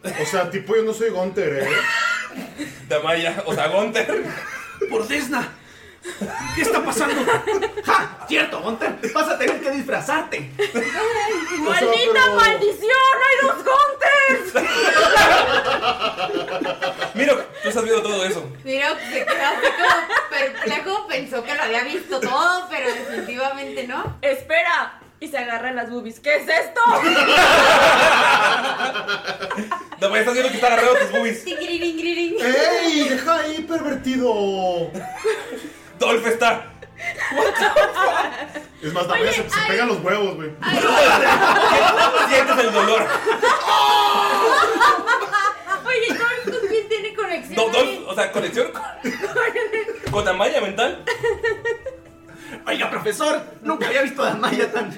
O sea, tipo, yo no soy Gunter, ¿eh? Damaya, o sea, Gunter. Por Desna. ¿Qué está pasando? ¡Ja! Cierto, Hunter. Vas a tener que disfrazarte. ¡Maldita pero- maldición! ¡Hay dos Gunters! Mira, tú estás viendo todo eso. Miro se quedó así como perplejo, pensó que lo había visto todo, pero definitivamente no. ¡Espera! Y se agarra las boobies. ¿Qué es esto? Damaya, estás viendo que está agarrado tus boobies. Tingiririn, giririn. ¡Ey! ¡Deja ahí, pervertido! Dolph está. Es más, Damaya se, se pegan los huevos, güey. Sientes el dolor. Oye, ¿con, con quién tiene conexión. Do- ahí. dos, o sea, conexión con, con Amaya mental. Oiga, profesor, nunca había visto a Damaya tan.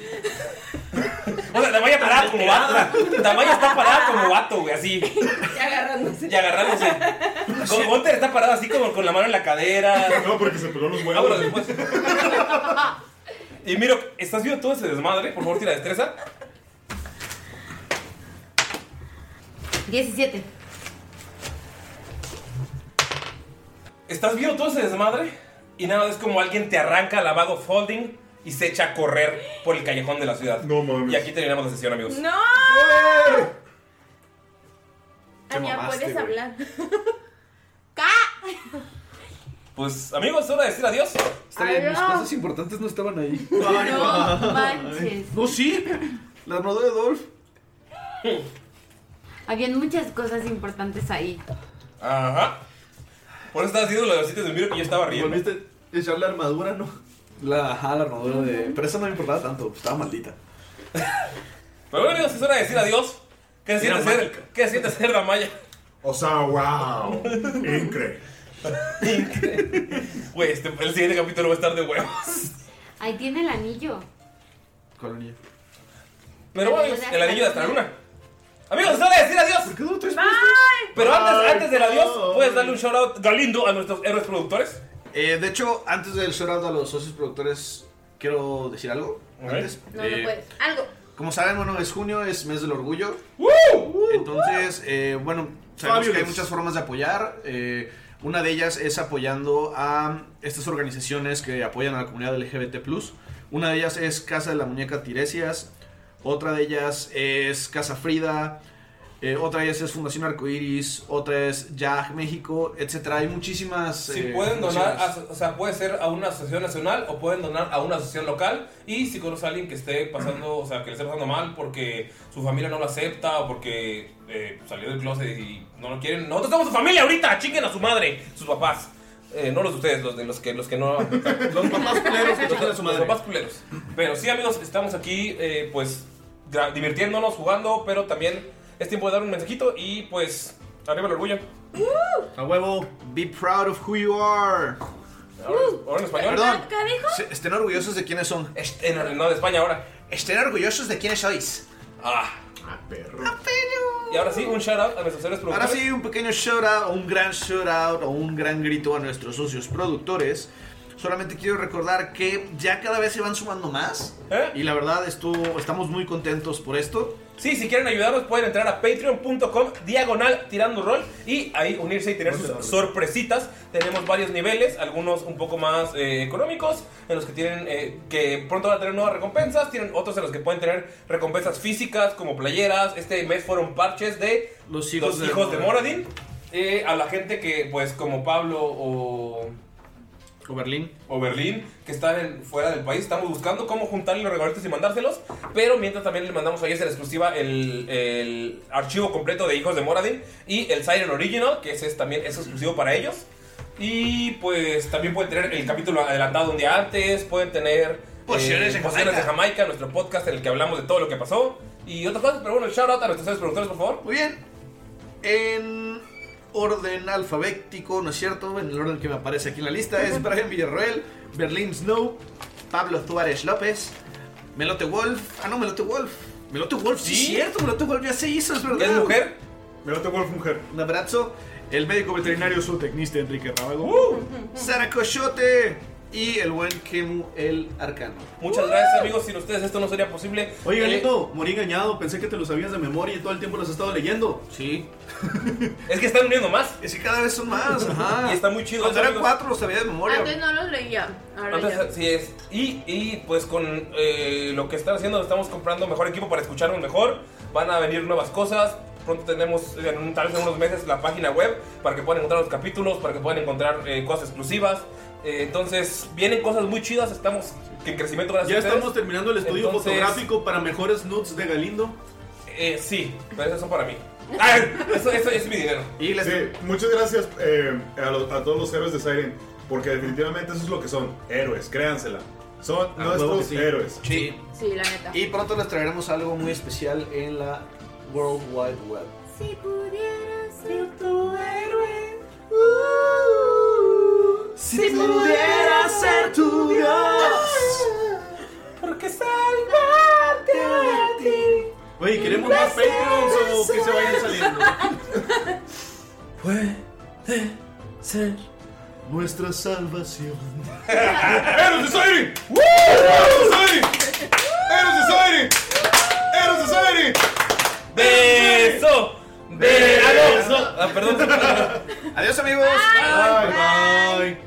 O sea, Damaya parada como vato. o sea, Damaya está parada como vato, güey, así. Y agarrándose. Y agarrándose. Como Gunter está parado así como con la mano en la cadera. No, porque se peló los huevos. después. Y miro, ¿estás viendo todo ese desmadre? Por favor, tira destreza. 17. Estás viendo todo ese desmadre y nada, es como alguien te arranca la bag of folding y se echa a correr por el callejón de la ciudad. No mames. ¡Eh! Y aquí terminamos la sesión, amigos. ¡No! Te Ania, mamaste, puedes güey. hablar. Pues, amigos, es hora de decir adiós. Está bien, mis Adiós. cosas importantes no estaban ahí. No manches. No, sí. La armadura de Dolph. Habían muchas cosas importantes ahí. Ajá. Por eso estás haciendo lo de los sitios de miro que yo estaba riendo. ¿Volviste a echar la armadura, no? La, ajá, la armadura de. Pero esa no me importaba tanto, estaba maldita. Pero bueno, amigos, es hora de decir adiós. ¿Qué se siente ser? ¿Qué se siente ser Ramaya? O sea, wow. Increíble. Güey, este, el siguiente capítulo va a estar de huevos. Ahí tiene el anillo. Colonia. Pero bueno, amigos, el anillo de hasta la luna. Amigos, es hora de decir adiós. Pero antes, antes del adiós, puedes darle un shout out galindo a nuestros héroes productores. Eh, de hecho, antes del shout out a los socios productores, quiero decir algo. Antes. No, Eh, no puedes. Algo. Como saben, bueno, es junio, es mes del orgullo. Entonces, eh, bueno, sabemos que hay Fabulous. muchas formas de apoyar. Eh, una de ellas es apoyando a estas organizaciones que apoyan a la comunidad LGBT. Una de ellas es Casa de la Muñeca Tiresias. Otra de ellas es Casa Frida. eh, otra de ellas es Fundación Arcoiris. Otra es YAG México, etc. Hay muchísimas. Si eh, pueden donar, ah. fundaciones. a- o sea, puede ser a una asociación nacional o pueden donar a una asociación local. Y si conoce a alguien que esté pasando, o sea, que le esté pasando mal porque su familia no lo acepta o porque eh, salió del closet y no lo quieren. Nosotros somos su familia ahorita, chinguen a su madre, sus papás. Eh, no los de ustedes, los de los que, los que no. los papás culeros que chinguen a su madre. Los papás culeros. Pero sí, amigos, estamos aquí, eh, pues, gra- divirtiéndonos, jugando, pero también es tiempo de dar un mensajito y, pues, arriba el orgullo. A huevo. Be proud of who you are. Ahora, ahora en español. Perdón. Se- Estén orgullosos de quiénes son. En, no, de España ahora. Estén orgullosos de quiénes sois. Ah, perro. Y ahora sí, un shout out a nuestros héroes Ahora productores. sí, un pequeño shout out, un gran shout out o un gran grito a nuestros socios productores. Solamente quiero recordar que ya cada vez se van sumando más. Y la verdad, estuvo, estamos muy contentos por esto. Sí, si quieren ayudarnos pueden entrar a patreon.com diagonal tirando rol y ahí unirse y tener sus sorpresitas. Tenemos varios niveles, algunos un poco más eh, económicos, en los que tienen eh, que pronto van a tener nuevas recompensas, tienen otros en los que pueden tener recompensas físicas como playeras. Este mes fueron parches de los hijos de de Moradin. Eh, a la gente que, pues, como Pablo o O Berlín. O Berlín, que están en- fuera del país. Estamos buscando cómo juntarle los regalitos y mandárselos. Pero mientras también le mandamos ayer en exclusiva el, el archivo completo de Hijos de Moradin y el Siren Original, que ese es también es exclusivo para ellos. Y pues también pueden tener el capítulo adelantado un día antes, pueden tener eh, Pociones de Pociones de Jamaica, nuestro podcast en el que hablamos de todo lo que pasó y otras cosas. Pero bueno, shout out a nuestros seres productores, por favor. Muy bien. En orden alfabético, ¿no es cierto? En el orden que me aparece aquí en la lista es Brian Villarroel, Berlín Snow, Pablo Suárez López, Melote Wolf. Ah, no, Melote Wolf. Melote Wolf, sí, es ¿Sí? cierto, Melote Wolf ya se hizo, es verdad. ¿Es mujer? Melote Wolf, mujer. Un abrazo. El médico veterinario, su tecnista Enrique Rábago. Sara Coyote y el buen Kemu el Arcano. Uh. Muchas gracias, amigos. Sin ustedes esto no sería posible. Oye, Eh, Galito, morí engañado. Pensé que te lo sabías de memoria y todo el tiempo los has estado leyendo. Sí. es que están uniendo más. Es que cada vez son más, ajá. Y está muy chido. Cuando eran amigos. cuatro los sabía de memoria. Antes Ah, no los leía. Ahora Entonces, ya. así es. Y, y, pues con eh, lo que están haciendo, estamos comprando mejor equipo para escucharnos mejor. Van a venir nuevas cosas. Pronto tenemos, en un- tal vez en unos meses, la página web para que puedan encontrar los capítulos, para que puedan encontrar eh, cosas exclusivas. Eh, entonces, vienen cosas muy chidas. Estamos en crecimiento gracias Ya a ustedes. estamos terminando el estudio Entonces, fotográfico para mejores nudes de Galindo. Eh, sí, pero esas son para mí. Ah, eso, eso es mi dinero. Sí, muchas gracias eh, a, los- a todos los héroes de Siren, porque definitivamente eso es lo que son, héroes, créansela. Son Ah, huevo que nuestros sí. héroes. Sí. Sí, la neta. Y pronto les traeremos algo muy especial en la World Wide Web. Si pudiera ser tu héroe, Si pudiera ser tu Dios, porque salvarte a ti. Oye, ¿queremos más Patreons o que se vayan saliendo? Puede ser nuestra salvación. ¡Eros Society! ¡Woo! ¡Eros Society! ¡Eros Society! ¡Beso! ¡De Alonso! Ah, perdón. Adiós, amigos. Bye. Bye.